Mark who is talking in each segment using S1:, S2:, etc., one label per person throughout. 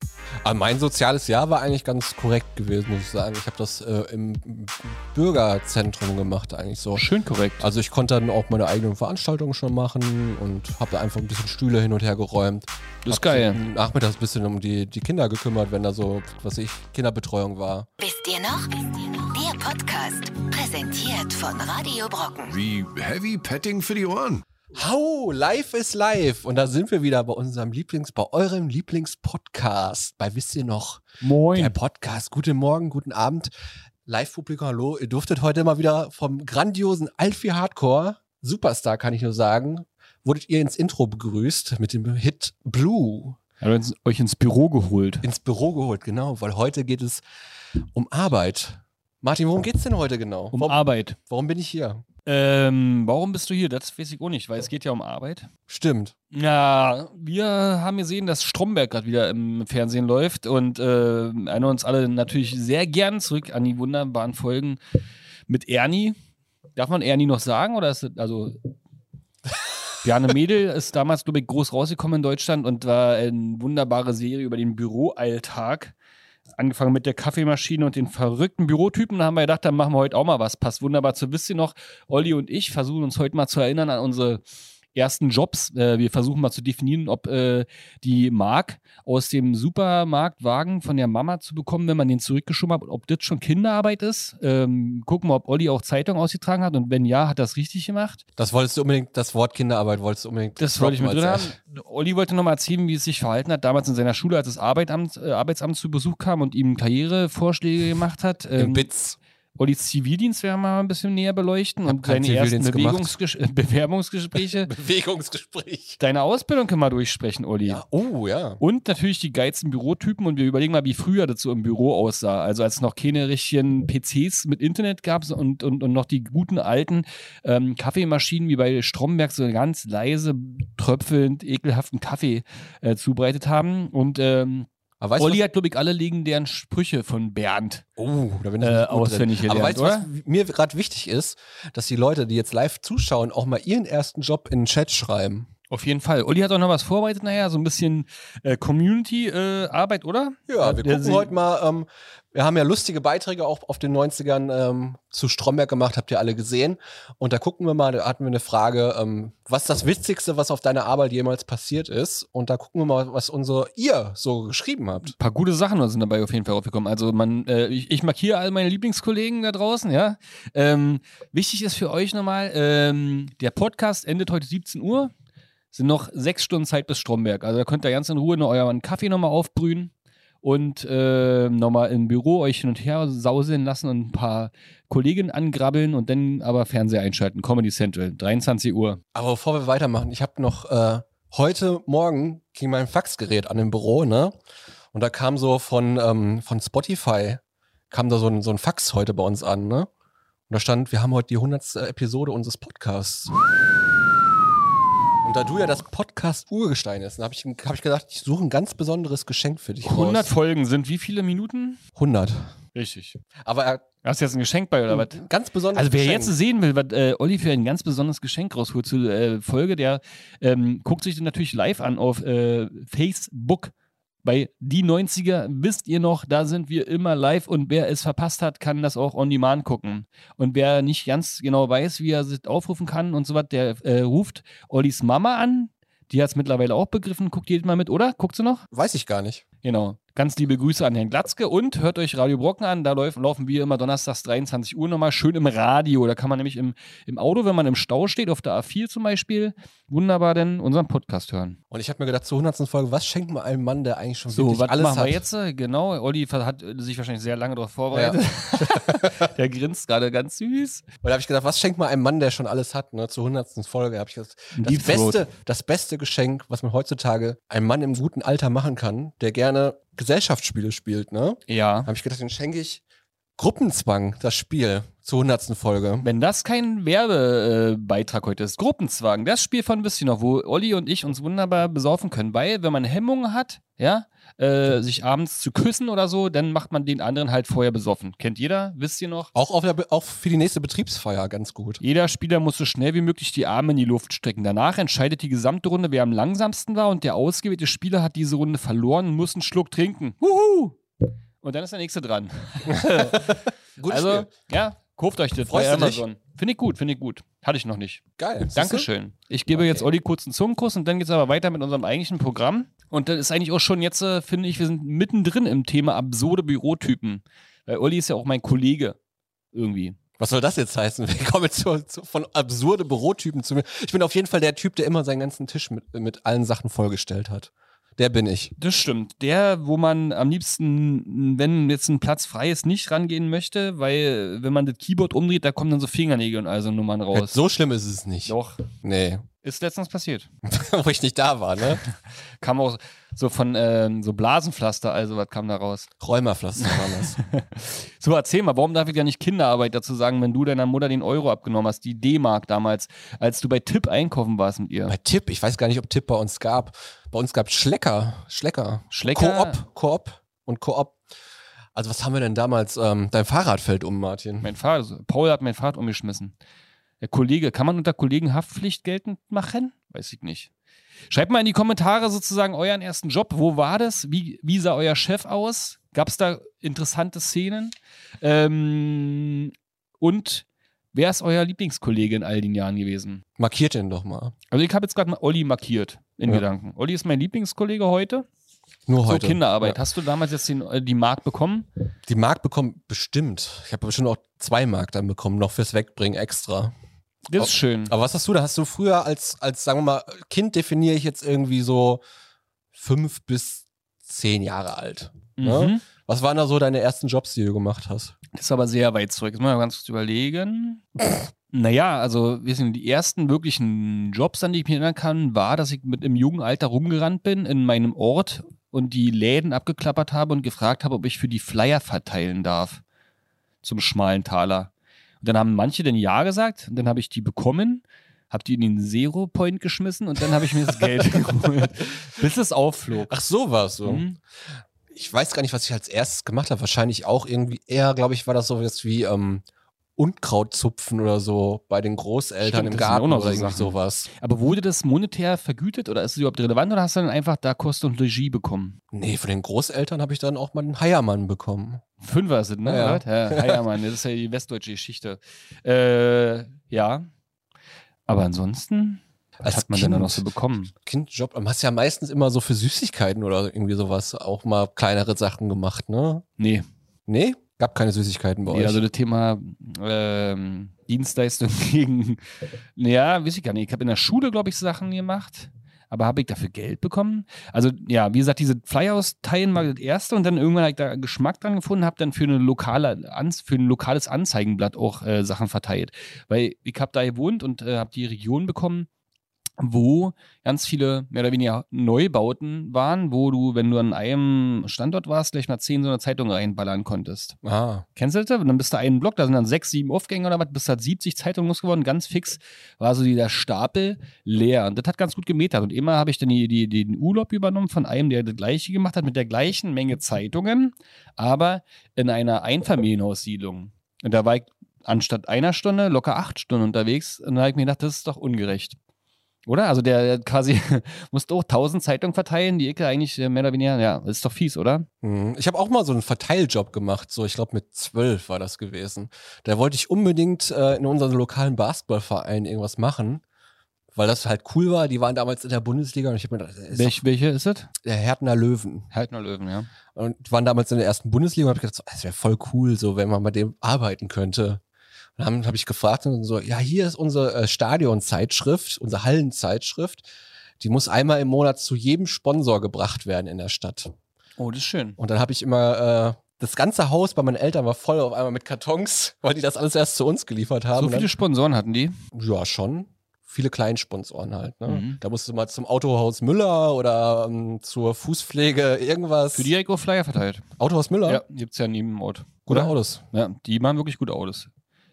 S1: Aber Ah, mein soziales Jahr war eigentlich ganz korrekt gewesen, muss ich sagen. Ich habe das äh, im Bürgerzentrum gemacht, eigentlich so.
S2: Schön korrekt.
S1: Also ich konnte dann auch meine eigenen Veranstaltungen schon machen und habe einfach ein bisschen Stühle hin und her geräumt.
S2: Das ist
S1: Hab
S2: geil.
S1: sich Nachmittags ein bisschen um die, die Kinder gekümmert, wenn da so, was weiß ich, Kinderbetreuung war.
S3: Wisst ihr noch? Der Podcast, präsentiert von Radio Brocken.
S4: Wie heavy petting für die Ohren.
S1: Hau, live ist live. Und da sind wir wieder bei unserem Lieblings, bei eurem Lieblingspodcast. Bei Wisst ihr noch? Der
S2: Moin.
S1: Podcast. Guten Morgen, guten Abend. Live-Publikum, hallo. Ihr durftet heute mal wieder vom grandiosen Alfie Hardcore, Superstar kann ich nur sagen, wurdet ihr ins Intro begrüßt mit dem Hit Blue.
S2: Er hat uns- euch ins Büro geholt.
S1: Ins Büro geholt, genau, weil heute geht es um Arbeit. Martin, worum geht's denn heute genau?
S2: Um
S1: warum,
S2: Arbeit.
S1: warum bin ich hier?
S2: Ähm, warum bist du hier? Das weiß ich auch nicht, weil es geht ja um Arbeit.
S1: Stimmt.
S2: Ja, wir haben gesehen, dass Stromberg gerade wieder im Fernsehen läuft und äh, erinnern uns alle natürlich sehr gern zurück an die wunderbaren Folgen mit Ernie. Darf man Ernie noch sagen? Oder ist das, also Bjarne Mädel ist damals, glaube ich, groß rausgekommen in Deutschland und war eine wunderbare Serie über den Büroalltag. Angefangen mit der Kaffeemaschine und den verrückten Bürotypen. Da haben wir gedacht, dann machen wir heute auch mal was. Passt wunderbar zu. Wisst ihr noch, Olli und ich versuchen uns heute mal zu erinnern an unsere ersten Jobs. Äh, wir versuchen mal zu definieren, ob äh, die Mark aus dem Supermarktwagen von der Mama zu bekommen, wenn man den zurückgeschoben hat, ob das schon Kinderarbeit ist. Ähm, gucken wir, ob Olli auch Zeitung ausgetragen hat und wenn ja, hat er es richtig gemacht.
S1: Das wolltest du unbedingt, das Wort Kinderarbeit wolltest du unbedingt.
S2: Das wollte ich mit
S1: droppen
S2: drin haben.
S1: als-
S2: Olli wollte nochmal erzählen, wie es sich verhalten hat, damals in seiner Schule, als das Arbeitamt, äh, Arbeitsamt zu Besuch kam und ihm Karrierevorschläge gemacht hat.
S1: äh, Im
S2: Ähm,
S1: Bitz.
S2: Ollis Zivildienst werden wir mal ein bisschen näher beleuchten
S1: Hab
S2: und
S1: keinen
S2: seine ersten
S1: Zivildienst gemacht.
S2: Bewegungs Bewerbungsgespräche.
S1: Bewegungsgespräch.
S2: Deine Ausbildung können wir durchsprechen, Olli.
S1: Ja. Oh, ja.
S2: Und natürlich die geilsten Bürotypen und wir überlegen mal, wie früher das so im Büro aussah. Also als es noch keine richtigen PCs mit Internet gab und, und, und noch die guten alten ähm, Kaffeemaschinen wie bei Stromberg so ganz leise, tröpfelnd, ekelhaften Kaffee äh, zubereitet haben. Und ähm,
S1: Aber weißt du,
S2: Olli hat, glaube ich, alle legendären Sprüche von Bernd.
S1: Oh, da bin ich
S2: Äh,
S1: nicht gut drin.
S2: auswendig
S1: Aber weißt
S2: gelernt,
S1: du, was mir gerade wichtig ist, dass die Leute, die jetzt live zuschauen, auch mal ihren ersten Job in den Chat schreiben.
S2: Auf jeden Fall. Olli hat auch noch was vorbereitet, naja, so ein bisschen äh, Community-Arbeit, oder?
S1: Ja, wir
S2: der
S1: gucken
S2: sie-
S1: heute mal, ähm, wir haben ja lustige Beiträge auch auf den 90ern ähm, zu Stromberg gemacht, habt ihr alle gesehen. Und da gucken wir mal, da hatten wir eine Frage, ähm, was das Witzigste, was auf deiner Arbeit jemals passiert ist. Und da gucken wir mal, was unsere ihr so geschrieben habt.
S2: paar gute Sachen sind dabei auf jeden Fall aufgekommen. Also man, äh, ich, ich markiere all meine Lieblingskollegen da draußen, ja. Ähm, wichtig ist für euch nochmal, ähm, der Podcast endet heute 17 Uhr. Sind noch sechs Stunden Zeit bis Stromberg. Also da könnt ihr ganz in Ruhe noch euren Kaffee nochmal aufbrühen und äh, nochmal im Büro euch hin und her sauseln lassen und ein paar Kollegen angrabbeln und dann aber Fernseher einschalten. Comedy Central, 23 Uhr.
S1: Aber bevor wir weitermachen, ich habe noch äh, heute Morgen ging mein Faxgerät an im Büro, ne? Und da kam so von, ähm, von Spotify, kam da so ein, so ein Fax heute bei uns an, ne? Und da stand, wir haben heute die 100. Episode unseres Podcasts. Und da du ja das Podcast Urgestein ist, habe ich, hab ich gedacht, ich suche ein ganz besonderes Geschenk für dich.
S2: 100
S1: raus.
S2: Folgen sind wie viele Minuten?
S1: 100.
S2: Richtig.
S1: Aber er,
S2: Hast du jetzt ein Geschenk bei oder was?
S1: ein ganz besonderes
S2: Also wer
S1: Geschenk.
S2: jetzt sehen will, was äh, Olli für ein ganz besonderes Geschenk rausholt zur äh, Folge, der ähm, guckt sich den natürlich live an auf äh, Facebook. Bei die 90er wisst ihr noch, da sind wir immer live und wer es verpasst hat, kann das auch on demand gucken. Und wer nicht ganz genau weiß, wie er sich aufrufen kann und so was, der äh, ruft Ollis Mama an. Die hat es mittlerweile auch begriffen. Guckt jedes Mal mit, oder? Guckt sie noch?
S1: Weiß ich gar nicht.
S2: Genau. Ganz liebe Grüße an Herrn Glatzke und hört euch Radio Brocken an. Da läuft, laufen wir immer donnerstags 23 Uhr nochmal schön im Radio. Da kann man nämlich im, im Auto, wenn man im Stau steht, auf der A4 zum Beispiel, wunderbar denn unseren Podcast hören.
S1: Und ich habe mir gedacht, zur 100. Folge, was schenkt man einem Mann, der eigentlich schon
S2: So,
S1: wirklich
S2: was
S1: alles
S2: machen
S1: hat?
S2: wir jetzt? Genau, Olli hat äh, sich wahrscheinlich sehr lange darauf vorbereitet. der grinst gerade ganz süß.
S1: Und da habe ich gedacht, was schenkt man einem Mann, der schon alles hat, ne? Zur hundertsten Folge habe ich gesagt,
S2: Ein
S1: das
S2: Dienstbrot.
S1: beste, das beste Geschenk, was man heutzutage einem Mann im guten Alter machen kann, der gerne Gesellschaftsspiele spielt, ne?
S2: Ja.
S1: Habe ich gedacht, den schenke ich Gruppenzwang, das Spiel. Zur hundertsten Folge.
S2: Wenn das kein Werbebeitrag heute ist, Gruppenzwang, das Spiel von Wissinov, wo Olli und ich uns wunderbar besaufen können, weil wenn man Hemmungen hat, ja, äh, sich abends zu küssen oder so, dann macht man den anderen halt vorher besoffen. Kennt jeder, wisst ihr noch?
S1: Auch, auf der, Be- auch für die nächste Betriebsfeier ganz gut.
S2: Jeder Spieler muss so schnell wie möglich die Arme in die Luft strecken. Danach entscheidet die gesamte Runde, wer am langsamsten war und der ausgewählte Spieler hat diese Runde verloren und muss einen Schluck trinken. Huhu! Und dann ist der nächste dran.
S1: Gutes
S2: also,
S1: Spiel.
S2: ja, kauft euch das
S1: Freust
S2: bei
S1: du dich?
S2: Amazon. Finde ich gut, finde ich gut. Hatte ich noch nicht.
S1: Geil. siehste?
S2: Dankeschön. Ich gebe jetzt Olli kurz einen Zungenkuss und dann geht es aber weiter mit unserem eigentlichen Programm. Und das ist eigentlich auch schon jetzt, äh, finde ich, wir sind mittendrin im Thema absurde Bürotypen. Weil Olli ist ja auch mein Kollege irgendwie.
S1: Was soll das jetzt heißen? Wir kommen jetzt zu, zu, von absurde Bürotypen zu mir. Ich bin auf jeden Fall der Typ, der immer seinen ganzen Tisch mit, mit allen Sachen vollgestellt hat. Der bin ich.
S2: Das stimmt. Der, wo man am liebsten, wenn jetzt ein Platz frei ist, nicht rangehen möchte, weil wenn man das Keyboard umdreht, da kommen dann so Fingernägel und also Nummern raus.
S1: So schlimm ist es nicht.
S2: Doch.
S1: Nee.
S2: Ist letztens passiert.
S1: Wo ich nicht da war, ne?
S2: Kam auch so von ähm, so Blasenpflaster, also was kam da raus?
S1: Rheumapflaster war das.
S2: So, erzähl mal, warum darf ich ja nicht Kinderarbeit dazu sagen, wenn du deiner Mutter den Euro abgenommen hast, die D-Mark damals, als du bei Tipp einkaufen warst mit ihr?
S1: Bei Tipp, ich weiß gar nicht, ob Tipp bei uns gab. Bei uns gab es Schlecker. Schlecker.
S2: Schlecker?
S1: Koop. Koop. Und Koop. Also, was haben wir denn damals? Ähm, dein Fahrrad fällt um, Martin.
S2: Mein Vater, also, Paul hat mein Fahrrad umgeschmissen. Der Kollege, kann man unter Kollegen Haftpflicht geltend machen? Weiß ich nicht. Schreibt mal in die Kommentare sozusagen euren ersten Job. Wo war das? Wie, wie sah euer Chef aus? Gab es da interessante Szenen? Ähm, und wer ist euer Lieblingskollege in all den Jahren gewesen?
S1: Markiert den doch mal.
S2: Also ich habe jetzt gerade mal Olli markiert in
S1: Ja.
S2: Gedanken. Olli ist mein Lieblingskollege heute.
S1: Nur heute.
S2: So Kinderarbeit. Hast du damals jetzt den, äh, die Mark bekommen?
S1: Die Mark bekommt bestimmt. Ich habe bestimmt auch zwei Mark dann bekommen, noch fürs Wegbringen extra.
S2: Das
S1: Oh.
S2: ist schön.
S1: Aber was hast du da? Hast du früher als, als sagen wir mal, Kind definiere ich jetzt irgendwie so fünf bis zehn Jahre alt. ne?
S2: Mhm.
S1: Was waren da so deine ersten Jobs, die du gemacht hast?
S2: Das ist aber sehr weit zurück. Jetzt muss man ganz kurz überlegen. Naja, also wir sind die ersten wirklichen Jobs, an die ich mich erinnern kann, war, dass ich mit im jungen Alter rumgerannt bin in meinem Ort und die Läden abgeklappert habe und gefragt habe, ob ich für die Flyer verteilen darf zum schmalen Taler. Und dann haben manche dann ja gesagt und dann habe ich die bekommen, habe die in den Zero Point geschmissen und dann habe ich mir das Geld geholt, bis es aufflog.
S1: Ach, so war es so.
S2: Mhm.
S1: Ich weiß gar nicht, was ich als erstes gemacht habe. Wahrscheinlich auch irgendwie eher, glaube ich, war das sowas wie ähm, Unkraut zupfen oder so bei den Großeltern
S2: Stimmt,
S1: im
S2: das sind
S1: Garten
S2: auch noch
S1: oder
S2: so
S1: irgendwie
S2: Sachen.
S1: sowas.
S2: Aber wurde das monetär vergütet oder ist es überhaupt relevant oder hast du dann einfach da Kost und Regie bekommen?
S1: Nee, von den Großeltern habe ich dann auch mal einen Heiermann bekommen.
S2: Fünfer sind, ne?
S1: Ja.
S2: Ja, ja, ja Mann, das ist ja die westdeutsche Geschichte. Äh, ja. Aber ansonsten, was
S1: Als
S2: hat man denn da
S1: Kind?
S2: noch so bekommen?
S1: Kindjob, man hast ja meistens immer so für Süßigkeiten oder irgendwie sowas auch mal kleinere Sachen gemacht, ne?
S2: Nee,
S1: Nee? Gab keine Süßigkeiten bei
S2: nee
S1: euch.
S2: also das Thema ähm, Dienstleistung gegen, ja, weiß ich gar nicht. Ich habe in der Schule, glaube ich, Sachen gemacht. Aber habe ich dafür Geld bekommen? Also, ja, wie gesagt, diese Flyer austeilen war das erste und dann irgendwann habe ich da Geschmack dran gefunden, habe dann für, eine lokale, Anz- für ein lokales Anzeigenblatt auch äh, Sachen verteilt. Weil ich habe da gewohnt und äh, habe die Region bekommen, wo ganz viele mehr oder weniger Neubauten waren, wo du, wenn du an einem Standort warst, gleich mal zehn so eine Zeitung reinballern konntest.
S1: ah,
S2: Kennst du das? Und dann bist du einen Block, da sind dann sechs, sieben Aufgänge oder was, bist halt 70 Zeitungen losgeworden, ganz fix war so dieser Stapel leer. Und das hat ganz gut gemetert. Und immer habe ich dann die, die, den Urlaub übernommen von einem, der das gleiche gemacht hat, mit der gleichen Menge Zeitungen, aber in einer Einfamilienhaussiedlung. Und da war ich anstatt einer Stunde locker acht Stunden unterwegs. Und da habe ich mir gedacht, das ist doch ungerecht. Oder? Also der, der quasi musste auch tausend Zeitungen verteilen, die ich eigentlich äh, mehr oder weniger, ja, ist doch fies, oder?
S1: hm. ich habe auch mal so einen Verteiljob gemacht, so ich glaube mit zwölf war das gewesen. Da wollte ich unbedingt äh, in unserem lokalen Basketballverein irgendwas machen, weil das halt cool war. Die waren damals in der Bundesliga und ich habe mir gedacht, das ist doch
S2: Welch, welche ist es?
S1: der Härtner Löwen.
S2: Halt nur Löwen, ja.
S1: und waren damals in der ersten Bundesliga und habe gedacht, so, das wäre voll cool, so wenn man bei dem arbeiten könnte. Und dann habe ich gefragt und so, ja, hier ist unsere äh, Stadionzeitschrift, unsere Hallenzeitschrift. Die muss einmal im Monat zu jedem Sponsor gebracht werden in der Stadt.
S2: Oh, das ist schön.
S1: Und dann habe ich immer äh, das ganze Haus bei meinen Eltern war voll auf einmal mit Kartons, weil die das alles erst zu uns geliefert haben.
S2: So
S1: Und
S2: viele Sponsoren hatten die.
S1: dann, ja, schon. Viele Kleinsponsoren halt. Ne?
S2: Mhm.
S1: Da musst du mal zum Autohaus Müller oder ähm, zur Fußpflege irgendwas.
S2: Für die Eco Flyer verteilt.
S1: Autohaus Müller?
S2: Ja, gibt's ja neben dem Ort.
S1: Gute
S2: Oder?
S1: Autos.
S2: Ja, die machen wirklich gute Autos.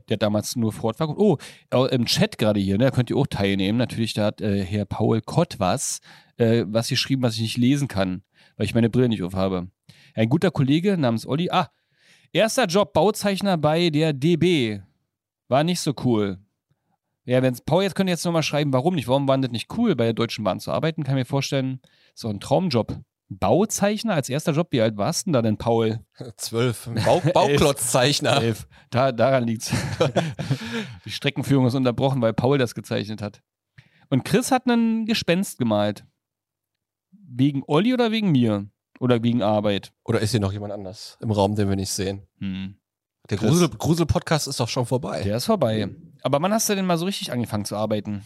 S2: Der hat damals nur Ford verkauft. Oh, äh, im Chat gerade hier, ne, da könnt ihr auch teilnehmen. Natürlich, da hat äh, Herr Paul Kott was, äh, was geschrieben, was ich nicht lesen kann, weil ich meine Brille nicht auf habe. Ein guter Kollege namens Olli. Ah, erster Job Bauzeichner bei der DB. War nicht so cool. Ja, wenn's Paul jetzt könnte jetzt nochmal schreiben, warum nicht? Warum war denn das nicht cool, bei der Deutschen Bahn zu arbeiten? Kann ich mir vorstellen, so ein Traumjob. Bauzeichner als erster Job, wie alt warst denn da denn, Paul?
S1: Zwölf. Bau Bauklotzzeichner.
S2: Elf. Da, daran liegt's. Die Streckenführung ist unterbrochen, weil Paul das gezeichnet hat. Und Chris hat einen Gespenst gemalt. Wegen Olli oder wegen mir? Oder wegen Arbeit?
S1: Oder ist hier noch jemand anders im Raum, den wir nicht sehen?
S2: Hm.
S1: Der
S2: Chris.
S1: Grusel- Grusel-Podcast ist doch schon vorbei.
S2: Der ist vorbei. Aber wann hast du denn mal so richtig angefangen zu arbeiten?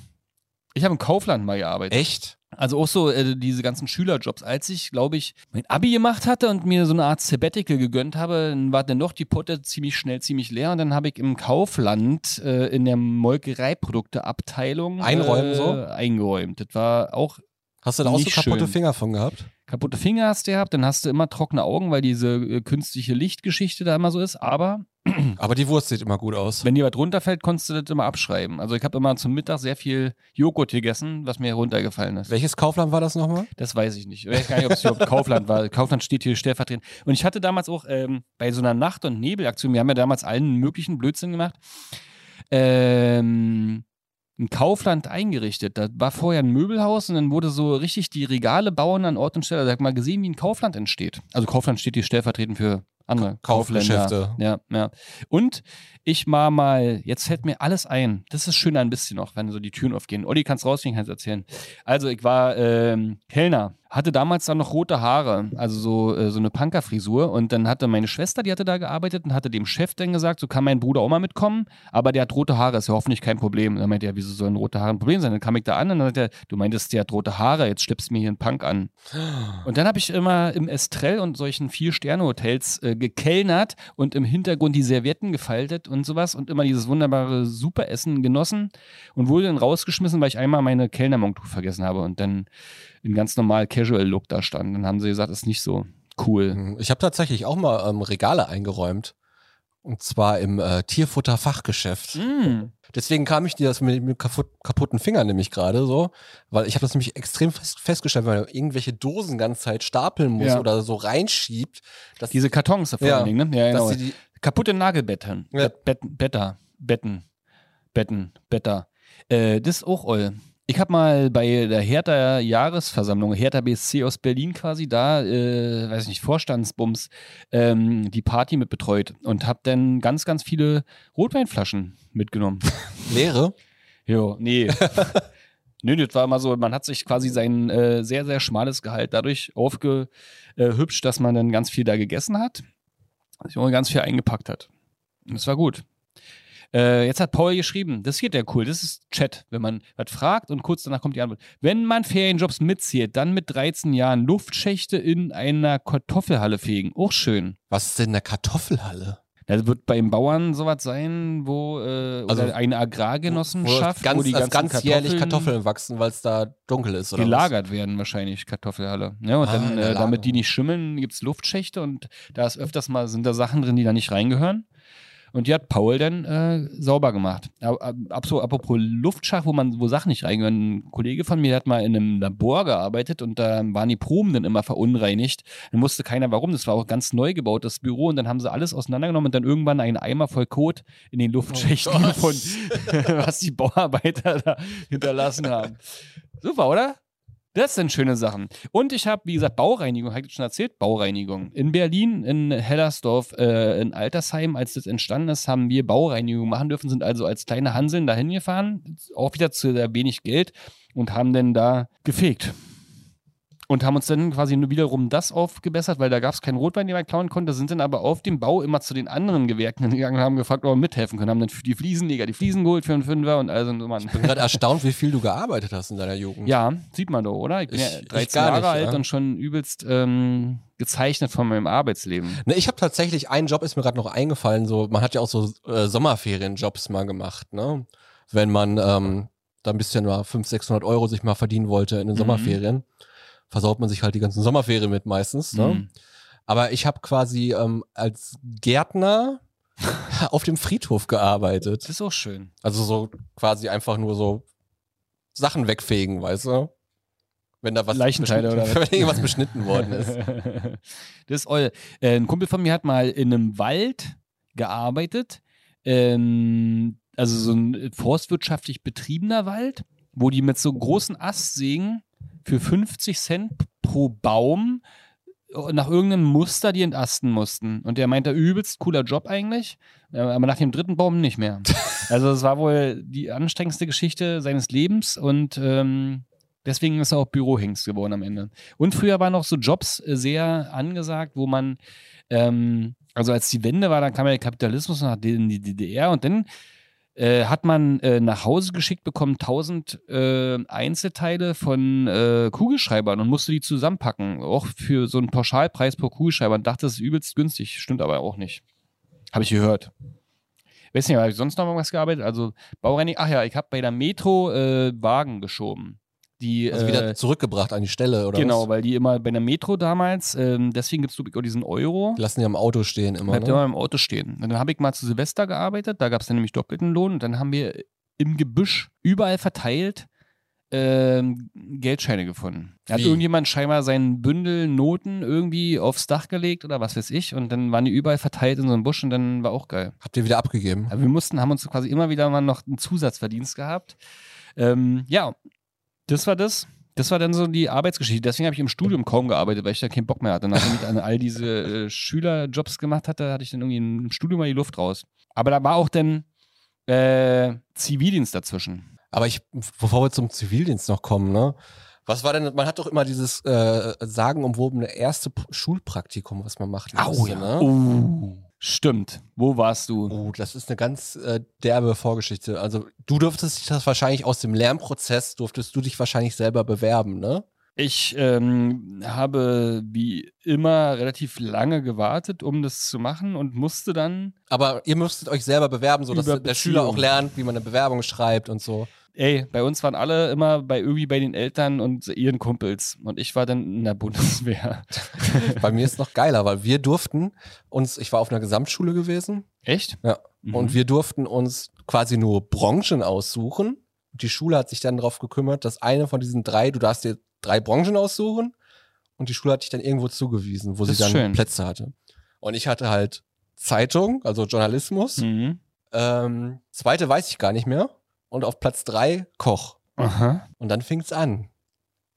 S2: Ich habe im Kaufland mal gearbeitet.
S1: Echt?
S2: Also auch so äh, diese ganzen Schülerjobs. Als ich, glaube ich, mein Abi gemacht hatte und mir so eine Art Sabbatical gegönnt habe, dann war dann doch die Potte ziemlich schnell ziemlich leer und dann habe ich im Kaufland äh, in der Molkereiprodukteabteilung
S1: Einräumen
S2: äh,
S1: so?
S2: eingeräumt. Das war auch
S1: Hast du da auch so
S2: Nicht
S1: kaputte
S2: schön.
S1: Finger von gehabt?
S2: kaputte Finger hast du gehabt, dann hast du immer trockene Augen, weil diese äh, künstliche Lichtgeschichte da immer so ist. Aber
S1: Aber die Wurst sieht immer gut aus.
S2: wenn dir was runterfällt, konntest du das immer abschreiben. Also ich habe immer zum Mittag sehr viel Joghurt gegessen, was mir runtergefallen ist.
S1: Welches Kaufland war das nochmal?
S2: Das weiß ich nicht. Ich weiß gar nicht, ob es überhaupt Kaufland war. Kaufland steht hier stellvertretend. Und ich hatte damals auch ähm, bei so einer Nacht- und Nebelaktion, wir haben ja damals allen möglichen Blödsinn gemacht, ähm, ein Kaufland eingerichtet. Da war vorher ein Möbelhaus und dann wurde so richtig die Regale bauen an Ort und Stelle. Da hat man gesehen, wie ein Kaufland entsteht. Also Kaufland steht hier stellvertretend für andere Kaufländer.
S1: Kaufgeschäfte.
S2: Ja, ja. Und ich war mal, jetzt fällt mir alles ein. Das ist schön ein bisschen noch, wenn so die Türen aufgehen. Olli, kannst rausgehen, kannst erzählen. Also, ich war ähm, Kellner, hatte damals dann noch rote Haare, also so, äh, so eine Punkerfrisur. Und dann hatte meine Schwester, die hatte da gearbeitet und hatte dem Chef dann gesagt, so kann mein Bruder auch mal mitkommen, aber der hat rote Haare, ist ja hoffentlich kein Problem. Und dann meinte er, wieso sollen rote Haare ein Problem sein? Dann kam ich da an und dann hat er, du meintest, der hat rote Haare, jetzt schleppst du mir hier einen Punk an. Und dann habe ich immer im Estrell und solchen Vier-Sterne-Hotels äh, gekellnert und im Hintergrund die Servietten gefaltet und sowas und immer dieses wunderbare Superessen genossen und wurde dann rausgeschmissen, weil ich einmal meine Kellnermontur vergessen habe und dann in ganz normal Casual-Look da stand. Dann haben sie gesagt, ist nicht so cool.
S1: Hm, Ich habe tatsächlich auch mal ähm, Regale eingeräumt. Und zwar im äh, Tierfutter-Fachgeschäft.
S2: Mm.
S1: Deswegen kam ich dir das mit dem kaputt, kaputten Finger nämlich gerade so, weil ich habe das nämlich extrem fest, festgestellt, weil man irgendwelche Dosen ganze Zeit stapeln muss
S2: Ja.
S1: oder so reinschiebt, dass
S2: Diese Kartons da vor
S1: Ja,
S2: allen Dingen, ne? Ja,
S1: dass
S2: genau.
S1: sie die,
S2: Kaputte Nagelbetten.
S1: Ja.
S2: Betten, Better. Betten. Betten. Better. Äh, das ist auch all. Ich habe mal bei der Hertha Jahresversammlung, Hertha BSC aus Berlin quasi, da, äh, weiß ich nicht, Vorstandsbums, ähm, die Party mit betreut und habe dann ganz, ganz viele Rotweinflaschen mitgenommen.
S1: leere.
S2: Jo, nee. Nö, das war immer so, man hat sich quasi sein äh, sehr, sehr schmales Gehalt dadurch aufgehübscht, äh, hübsch, dass man dann ganz viel da gegessen hat, sich auch ganz viel eingepackt hat. Und das war gut. Äh, jetzt hat Paul geschrieben, das geht ja cool, das ist Chat, wenn man was fragt und kurz danach kommt die Antwort. Wenn man Ferienjobs mitzählt, dann mit 13 Jahren Luftschächte in einer Kartoffelhalle fegen. Auch schön.
S1: Was ist denn eine Kartoffelhalle?
S2: Das wird beim Bauern sowas sein, wo äh,
S1: Also,
S2: oder eine Agrargenossenschaft,
S1: ganz,
S2: wo die
S1: dass
S2: ganzen
S1: ganz jährlich
S2: Kartoffeln
S1: Kartoffeln wachsen, weil es da dunkel ist, oder? was?
S2: gelagert werden wahrscheinlich Kartoffelhalle. Ja, und
S1: Ah, in
S2: dann,
S1: der
S2: äh, damit die
S1: Lagerung.
S2: nicht schimmeln, gibt es Luftschächte und da ist öfters mal, sind da Sachen drin, die da nicht reingehören. Und die hat Paul dann äh, sauber gemacht. Ab, ab, ab so, apropos Luftschacht, wo man wo Sachen nicht reingehören. Ein Kollege von mir der hat mal in einem Labor gearbeitet und da waren die Proben dann immer verunreinigt. Dann wusste keiner warum. Das war auch ganz neu gebaut, das Büro. Und dann haben sie alles auseinandergenommen und dann irgendwann einen Eimer voll Kot in den Luftschächten
S1: Oh Gott.
S2: gefunden, was die Bauarbeiter da hinterlassen haben. Super, oder? Das sind schöne Sachen. Und ich habe, wie gesagt, Baureinigung, habe ich das schon erzählt, Baureinigung. In Berlin, in Hellersdorf, äh, in Altersheim, als das entstanden ist, haben wir Baureinigung machen dürfen, sind also als kleine Hanseln dahin gefahren, auch wieder zu sehr wenig Geld und haben dann da gefegt. Und haben uns dann quasi nur wiederum das aufgebessert, weil da gab es keinen Rotwein, den man klauen konnte, sind dann aber auf dem Bau immer zu den anderen Gewerken gegangen und haben gefragt, ob wir mithelfen können. Haben dann für die Fliesenleger die Fliesen geholt für einen Fünfer und all so ein Mann.
S1: Ich bin gerade erstaunt, wie viel du gearbeitet hast in deiner Jugend.
S2: Ja, sieht man doch, oder? Ich bin
S1: Ich-
S2: ja
S1: ich
S2: 13
S1: gar
S2: Jahre
S1: nicht,
S2: alt
S1: ja.
S2: und schon übelst ähm, gezeichnet von meinem Arbeitsleben.
S1: Ne, ich habe tatsächlich einen Job, ist mir gerade noch eingefallen. So, man hat ja auch so äh, Sommerferienjobs mal gemacht, ne? Wenn man ähm, da ein bisschen mal 500, 600 Euro sich mal verdienen wollte in den
S2: Mhm.
S1: Sommerferien, versaut man sich halt die ganzen
S2: Hm.
S1: Sommerferien mit meistens. Ne?
S2: Mhm.
S1: Aber ich habe quasi ähm, als Gärtner auf dem Friedhof gearbeitet.
S2: Das ist auch schön.
S1: Also so quasi einfach nur so Sachen wegfegen, weißt du? Wenn da was
S2: Leichenteile
S1: beschnitten-
S2: oder was?
S1: wenn irgendwas beschnitten worden ist.
S2: das ist eul. Äh, ein Kumpel von mir hat mal in einem Wald gearbeitet. Ähm, also so ein forstwirtschaftlich betriebener Wald, wo die mit so großen Astsägen für 50 Cent pro Baum äh, nach irgendeinem Muster die entasten mussten. Und der meinte, übelst cooler Job eigentlich, äh, aber nach dem dritten Baum nicht mehr. Also es war wohl die anstrengendste Geschichte seines Lebens und ähm, deswegen ist er auch Bürohengst geworden am Ende. Und früher waren auch so Jobs äh, sehr angesagt, wo man, ähm, also als die Wende war, dann kam ja der Kapitalismus nach D- in die DDR und dann äh, hat man äh, nach Hause geschickt bekommen 1000 äh, Einzelteile von äh, Kugelschreibern und musste die zusammenpacken. Auch für so einen Pauschalpreis pro Kugelschreiber und dachte, das ist übelst günstig. Stimmt aber auch nicht. Habe ich gehört. Weiß nicht, habe ich sonst noch mal was gearbeitet? Also Baureinigung, ach ja, ich habe bei der Metro äh, Wagen geschoben. Die,
S1: Also
S2: äh,
S1: wieder zurückgebracht an die Stelle, oder?
S2: Genau,
S1: was?
S2: weil die immer bei der Metro damals, ähm, deswegen gibt es auch diesen Euro.
S1: Die lassen die am Auto stehen immer.
S2: Bleibt
S1: Ne?
S2: immer im Auto stehen. Und dann habe ich mal zu Silvester gearbeitet, da gab es dann nämlich doppelten Lohn und dann haben wir im Gebüsch überall verteilt ähm, Geldscheine gefunden. Da hat
S1: Wie?
S2: irgendjemand scheinbar sein Bündel Noten irgendwie aufs Dach gelegt oder was weiß ich und dann waren die überall verteilt in so einem Busch und dann war auch geil.
S1: Habt ihr wieder abgegeben?
S2: Aber wir mussten, haben uns quasi immer wieder mal noch einen Zusatzverdienst gehabt. Ähm, ja, das war das. Das war dann so die Arbeitsgeschichte. Deswegen habe ich im Studium kaum gearbeitet, weil ich da keinen Bock mehr hatte. Nachdem ich dann all diese äh, Schülerjobs gemacht hatte, hatte ich dann irgendwie im Studium mal die Luft raus. Aber da war auch dann äh, Zivildienst dazwischen.
S1: Aber ich, bevor wir zum Zivildienst noch kommen, ne? Was war denn, man hat doch immer dieses äh, sagenumwobene erste P Schulpraktikum, was man macht. Weißt du, Ne?
S2: Oh. Stimmt. Wo warst du?
S1: Oh, das ist eine ganz äh, derbe Vorgeschichte. Also du dürftest dich das wahrscheinlich aus dem Lernprozess, durftest du dich wahrscheinlich selber bewerben, ne?
S2: Ich ähm, habe wie immer relativ lange gewartet, um das zu machen und musste dann
S1: Aber ihr müsstet euch selber bewerben, sodass
S2: Über
S1: der Schüler auch
S2: Beziehung.
S1: lernt, wie man eine Bewerbung schreibt und so.
S2: ey, bei uns waren alle immer bei irgendwie bei den Eltern und ihren Kumpels. Und ich war dann in der Bundeswehr.
S1: Bei mir ist noch geiler, weil wir durften uns, ich war auf einer Gesamtschule gewesen
S2: Echt?
S1: Ja.
S2: Mhm.
S1: und wir durften uns quasi nur Branchen aussuchen. Die Schule hat sich dann darauf gekümmert, dass eine von diesen drei, du darfst dir drei Branchen aussuchen und die Schule hat dich dann irgendwo zugewiesen, wo
S2: Das
S1: sie dann
S2: ist schön.
S1: Plätze hatte. Und ich hatte halt Zeitung, also Journalismus.
S2: Mhm.
S1: Ähm, zweite weiß ich gar nicht mehr. Und auf Platz drei Koch.
S2: Aha.
S1: Und dann fing's an.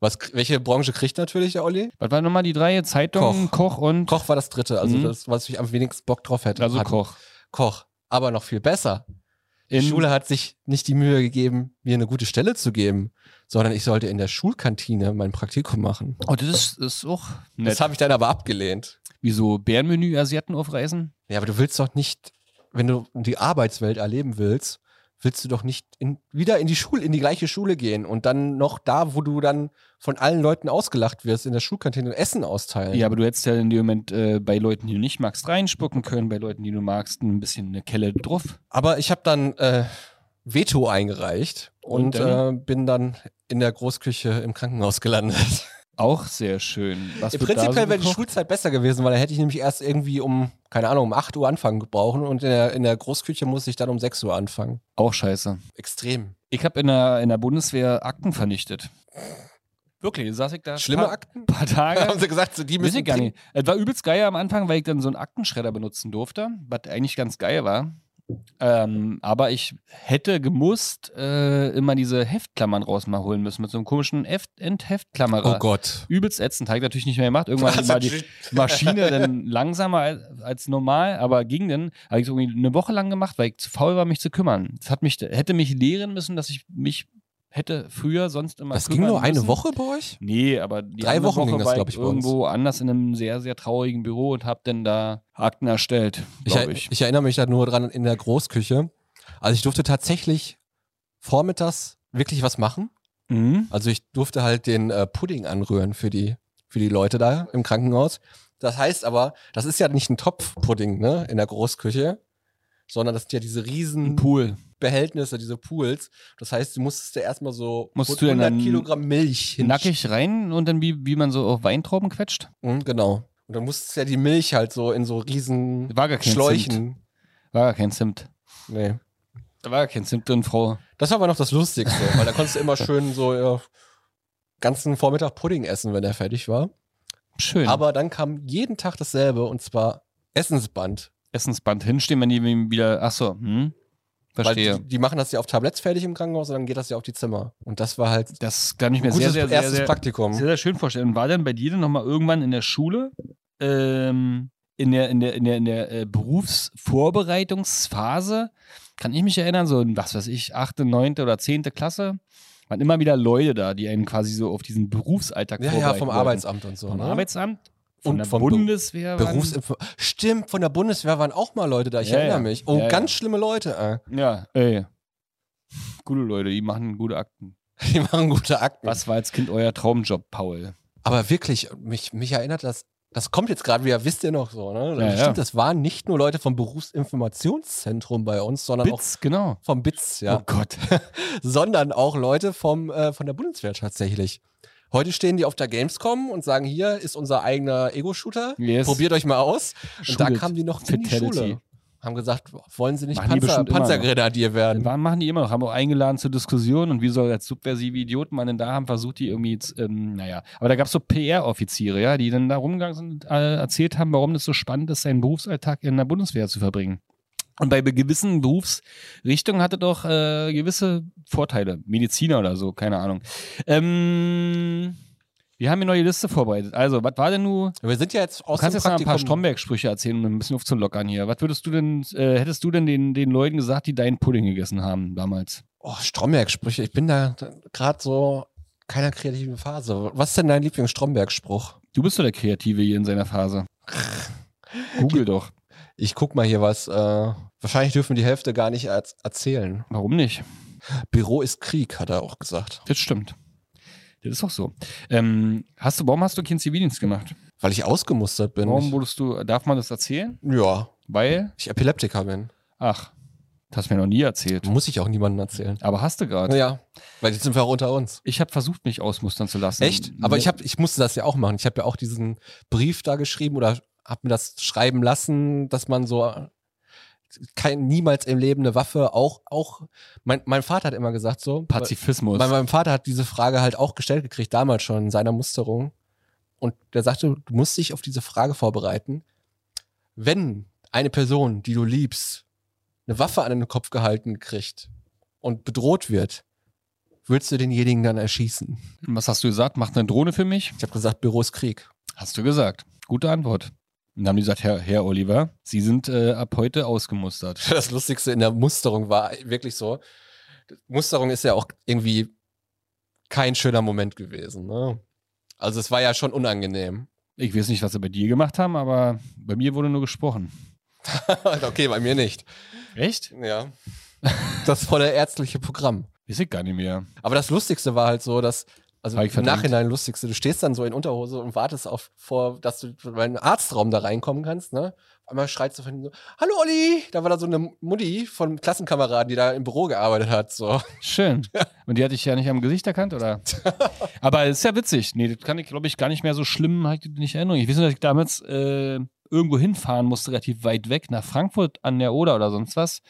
S1: Was, k- welche Branche kriegt natürlich der Olli?
S2: Was waren nochmal die drei? Zeitung, Koch, und.
S1: Koch war das dritte, also
S2: Mhm.
S1: das, was ich am wenigsten Bock drauf hätte.
S2: Also
S1: hatte.
S2: Koch.
S1: Koch. Aber noch viel besser. Die
S2: In-
S1: Schule hat sich nicht die Mühe gegeben, mir eine gute Stelle zu geben, sondern ich sollte in der Schulkantine mein Praktikum machen.
S2: Oh, das ist, ist auch nett.
S1: Das habe ich dann aber abgelehnt.
S2: Wieso Bärenmenü Asiaten aufreißen?
S1: Ja, aber du willst doch nicht, wenn du die Arbeitswelt erleben willst, willst du doch nicht in, wieder in die Schule, in die gleiche Schule gehen und dann noch da, wo du dann von allen Leuten ausgelacht wirst, in der Schulkantine Essen austeilen.
S2: Ja, aber du hättest ja in dem Moment äh, bei Leuten, die du nicht magst, reinspucken können, bei Leuten, die du magst, ein bisschen eine Kelle drauf.
S1: Aber ich habe dann äh, Veto eingereicht
S2: Und
S1: und, äh,
S2: dann?
S1: bin dann in der Großküche im Krankenhaus gelandet.
S2: Auch sehr schön. Was
S1: Im
S2: wird da
S1: Prinzip
S2: so
S1: wäre die
S2: gekocht?
S1: Schulzeit besser gewesen, weil da hätte ich nämlich erst irgendwie um, keine Ahnung, um 8 Uhr anfangen gebrauchen und in der, in der Großküche musste ich dann um 6 Uhr anfangen.
S2: Auch scheiße.
S1: Extrem.
S2: Ich habe in der, in der Bundeswehr Akten vernichtet. Wirklich, saß ich da.
S1: Schlimme
S2: paar,
S1: Akten?
S2: Paar
S1: Haben
S2: Tage.
S1: sie gesagt, so, die
S2: Weiß
S1: müssen
S2: ich gar nicht. Es war übelst geil am Anfang, weil ich dann so einen Aktenschredder benutzen durfte, was eigentlich ganz geil war. Ähm, aber ich hätte gemusst, äh, immer diese Heftklammern rausholen müssen mit so einem komischen Heft Entheftklammerer.
S1: Oh Gott.
S2: Übelst ätzend, habe ich natürlich nicht mehr gemacht. Irgendwann war die Maschine dann langsamer als, als normal, aber ging dann. Habe ich so irgendwie eine Woche lang gemacht, weil ich zu faul war, mich zu kümmern. Das hat mich, hätte mich lehren müssen, dass ich mich hätte früher sonst immer
S1: Das ging
S2: kümmern
S1: nur eine
S2: müssen.
S1: Woche bei euch?
S2: Nee, aber die
S1: Drei
S2: andere
S1: Wochen ging das,
S2: war
S1: glaub ich, bei uns.
S2: irgendwo anders in einem sehr, sehr traurigen Büro und hab dann da Akten erstellt,
S1: Ich,
S2: glaube
S1: er,
S2: ich.
S1: ich erinnere mich da nur dran in der Großküche. Also ich durfte tatsächlich vormittags wirklich was machen.
S2: Mhm.
S1: Also ich durfte halt den äh, Pudding anrühren für die, für die Leute da im Krankenhaus. Das heißt aber, das ist ja nicht ein Topfpudding, ne, in der Großküche, sondern das sind ja diese
S2: Ein
S1: riesen
S2: Pool.
S1: Behältnisse, diese Pools. Das heißt, du musstest ja erstmal so
S2: Musst du denn
S1: 100
S2: dann
S1: Kilogramm Milch hin.
S2: Nackig rein und dann wie, wie man so auf Weintrauben quetscht.
S1: Hm, Mhm, genau. Und dann musstest du ja die Milch halt so in so riesen
S2: War gar kein Zimt.
S1: Schläuchen.
S2: War gar kein Zimt.
S1: Nee.
S2: Da war gar kein Zimt drin, Frau.
S1: Das war aber noch das Lustigste, weil da konntest du immer schön so ja, ganzen Vormittag Pudding essen, wenn er fertig war.
S2: Schön.
S1: Aber dann kam jeden Tag dasselbe und zwar Essensband.
S2: Essensband hinstehen, wenn die wieder. Achso, hm?
S1: Weil
S2: Verstehe.
S1: die, die machen das ja auf Tabletts fertig im Krankenhaus und dann geht das ja auf die Zimmer. Und das war halt
S2: Das kann ich mir sehr,
S1: gutes
S2: sehr, sehr,
S1: erstes
S2: sehr,
S1: Praktikum.
S2: sehr, sehr schön vorstellen. Und War denn bei dir denn nochmal irgendwann in der Schule, ähm, in der, in der, in der, in der äh, Berufsvorbereitungsphase, kann ich mich erinnern, so in, was weiß ich, achte, neunte oder zehnte Klasse, waren immer wieder Leute da, die einen quasi so auf diesen Berufsalltag
S1: ja, ja, vom
S2: vorbereiten wollten.
S1: Arbeitsamt und so.
S2: Vom
S1: ne?
S2: Arbeitsamt, von
S1: Und
S2: der
S1: vom Be-
S2: Bundeswehr. waren-
S1: Berufsinfo Stimmt, von der Bundeswehr waren auch mal Leute da, ich
S2: Ja,
S1: erinnere
S2: ja.
S1: mich. Oh,
S2: Ja, ja.
S1: ganz schlimme Leute. Äh.
S2: Ja, ey. Gute Leute, die machen gute Akten.
S1: Die machen gute Akten.
S2: Was war als Kind euer Traumjob, Paul?
S1: Aber wirklich, mich, mich erinnert das, das kommt jetzt gerade wieder, wisst ihr noch so, ne?
S2: Ja,
S1: Stimmt,
S2: ja.
S1: das waren nicht nur Leute vom Berufsinformationszentrum bei uns, sondern auch
S2: Bits, genau.
S1: vom BITS, ja.
S2: Oh Gott.
S1: sondern auch Leute vom, äh, von der Bundeswehr tatsächlich. Heute stehen die auf der Gamescom und sagen, hier ist unser eigener Ego-Shooter,
S2: Yes.
S1: probiert euch mal aus. Und da
S2: Schulet.
S1: kamen die noch in die
S2: Fatality.
S1: Schule. Haben gesagt, wollen sie nicht
S2: Machen die
S1: Panzer,
S2: bestimmt immer noch.
S1: Panzergrenadier werden.
S2: Wann machen die immer noch? Haben wir auch eingeladen zur Diskussion und wie soll als subversive Idioten man denn da haben versucht, die irgendwie, jetzt, ähm, naja. Aber da gab es so PR-Offiziere, ja, die dann da rumgegangen sind und äh, erzählt haben, warum das so spannend ist, seinen Berufsalltag in der Bundeswehr zu verbringen. Und bei be- gewissen Berufsrichtungen hatte doch äh, gewisse Vorteile. Mediziner oder so, keine Ahnung. Ähm, wir haben hier neue Liste vorbereitet. Also, was war denn nun?
S1: Wir sind ja jetzt aus
S2: Du kannst
S1: dem
S2: jetzt mal ein paar
S1: Praktikum-
S2: Stromberg-Sprüche erzählen, um ein bisschen aufzulockern hier. Was würdest du denn, äh, hättest du denn den, den Leuten gesagt, die deinen Pudding gegessen haben damals?
S1: Oh, Stromberg-Sprüche. Ich bin da gerade so keiner kreativen Phase. Was ist denn dein Lieblings-Stromberg-Spruch?
S2: Du bist doch der Kreative hier in seiner Phase. Google doch.
S1: Ich guck mal hier was. Äh, wahrscheinlich dürfen wir die Hälfte gar nicht erz- erzählen.
S2: Warum nicht?
S1: Büro ist Krieg, hat er auch gesagt.
S2: Das stimmt. Das ist doch so. Ähm, hast du, warum hast du keinen Zivildienst gemacht?
S1: Weil ich ausgemustert bin.
S2: Warum wurdest du, darf man das erzählen?
S1: ja,
S2: Weil,
S1: ich Epileptiker bin.
S2: ach, das hast du mir noch nie erzählt.
S1: Muss ich auch niemandem erzählen.
S2: Aber hast du gerade.
S1: Ja, weil jetzt sind wir auch unter uns.
S2: Ich habe versucht, mich ausmustern zu lassen.
S1: Echt? Aber ich, hab, ich musste das ja auch machen. Ich habe ja auch diesen Brief da geschrieben oder habe mir das schreiben lassen, dass man so äh, kein, niemals im Leben eine Waffe auch, auch mein, mein Vater hat immer gesagt so,
S2: Pazifismus.
S1: weil mein Vater hat diese Frage halt auch gestellt gekriegt, damals schon in seiner Musterung. Und der sagte, du musst dich auf diese Frage vorbereiten. Wenn eine Person, die du liebst, eine Waffe an den Kopf gehalten kriegt und bedroht wird, würdest du denjenigen dann erschießen?
S2: Was hast du gesagt? Macht eine Drohne für mich?
S1: Ich habe gesagt, Büro ist Krieg.
S2: Hast du gesagt. Gute Antwort. Und dann haben die gesagt, Herr, Herr Oliver, Sie sind äh, ab heute ausgemustert.
S1: Das Lustigste in der Musterung war wirklich so. Musterung ist ja auch irgendwie kein schöner Moment gewesen. Ne? Also es war ja schon unangenehm.
S2: Ich weiß nicht, was sie bei dir gemacht haben, aber bei mir wurde nur gesprochen.
S1: okay, bei mir nicht.
S2: Echt?
S1: Ja. Das volle ärztliche Programm.
S2: Weiß ich gar nicht mehr.
S1: Aber das Lustigste war halt so, dass, also
S2: Hab ich
S1: im
S2: verdrängt.
S1: Nachhinein Lustigste, du stehst dann so in Unterhose und wartest auf vor, dass du in einen Arztraum da reinkommen kannst, ne? Auf Einmal schreit so von hinten so, Hallo Olli! Da war da so eine Mutti von einem Klassenkameraden, die da im Büro gearbeitet hat. So.
S2: Schön. Und die hatte ich ja nicht am Gesicht erkannt, oder? Aber ist ja witzig. Nee, das kann ich, glaube ich, gar nicht mehr so schlimm, hab ich nicht in Erinnerung. Ich weiß nur, dass ich damals äh, irgendwo hinfahren musste, relativ weit weg, nach Frankfurt an der Oder oder sonst was,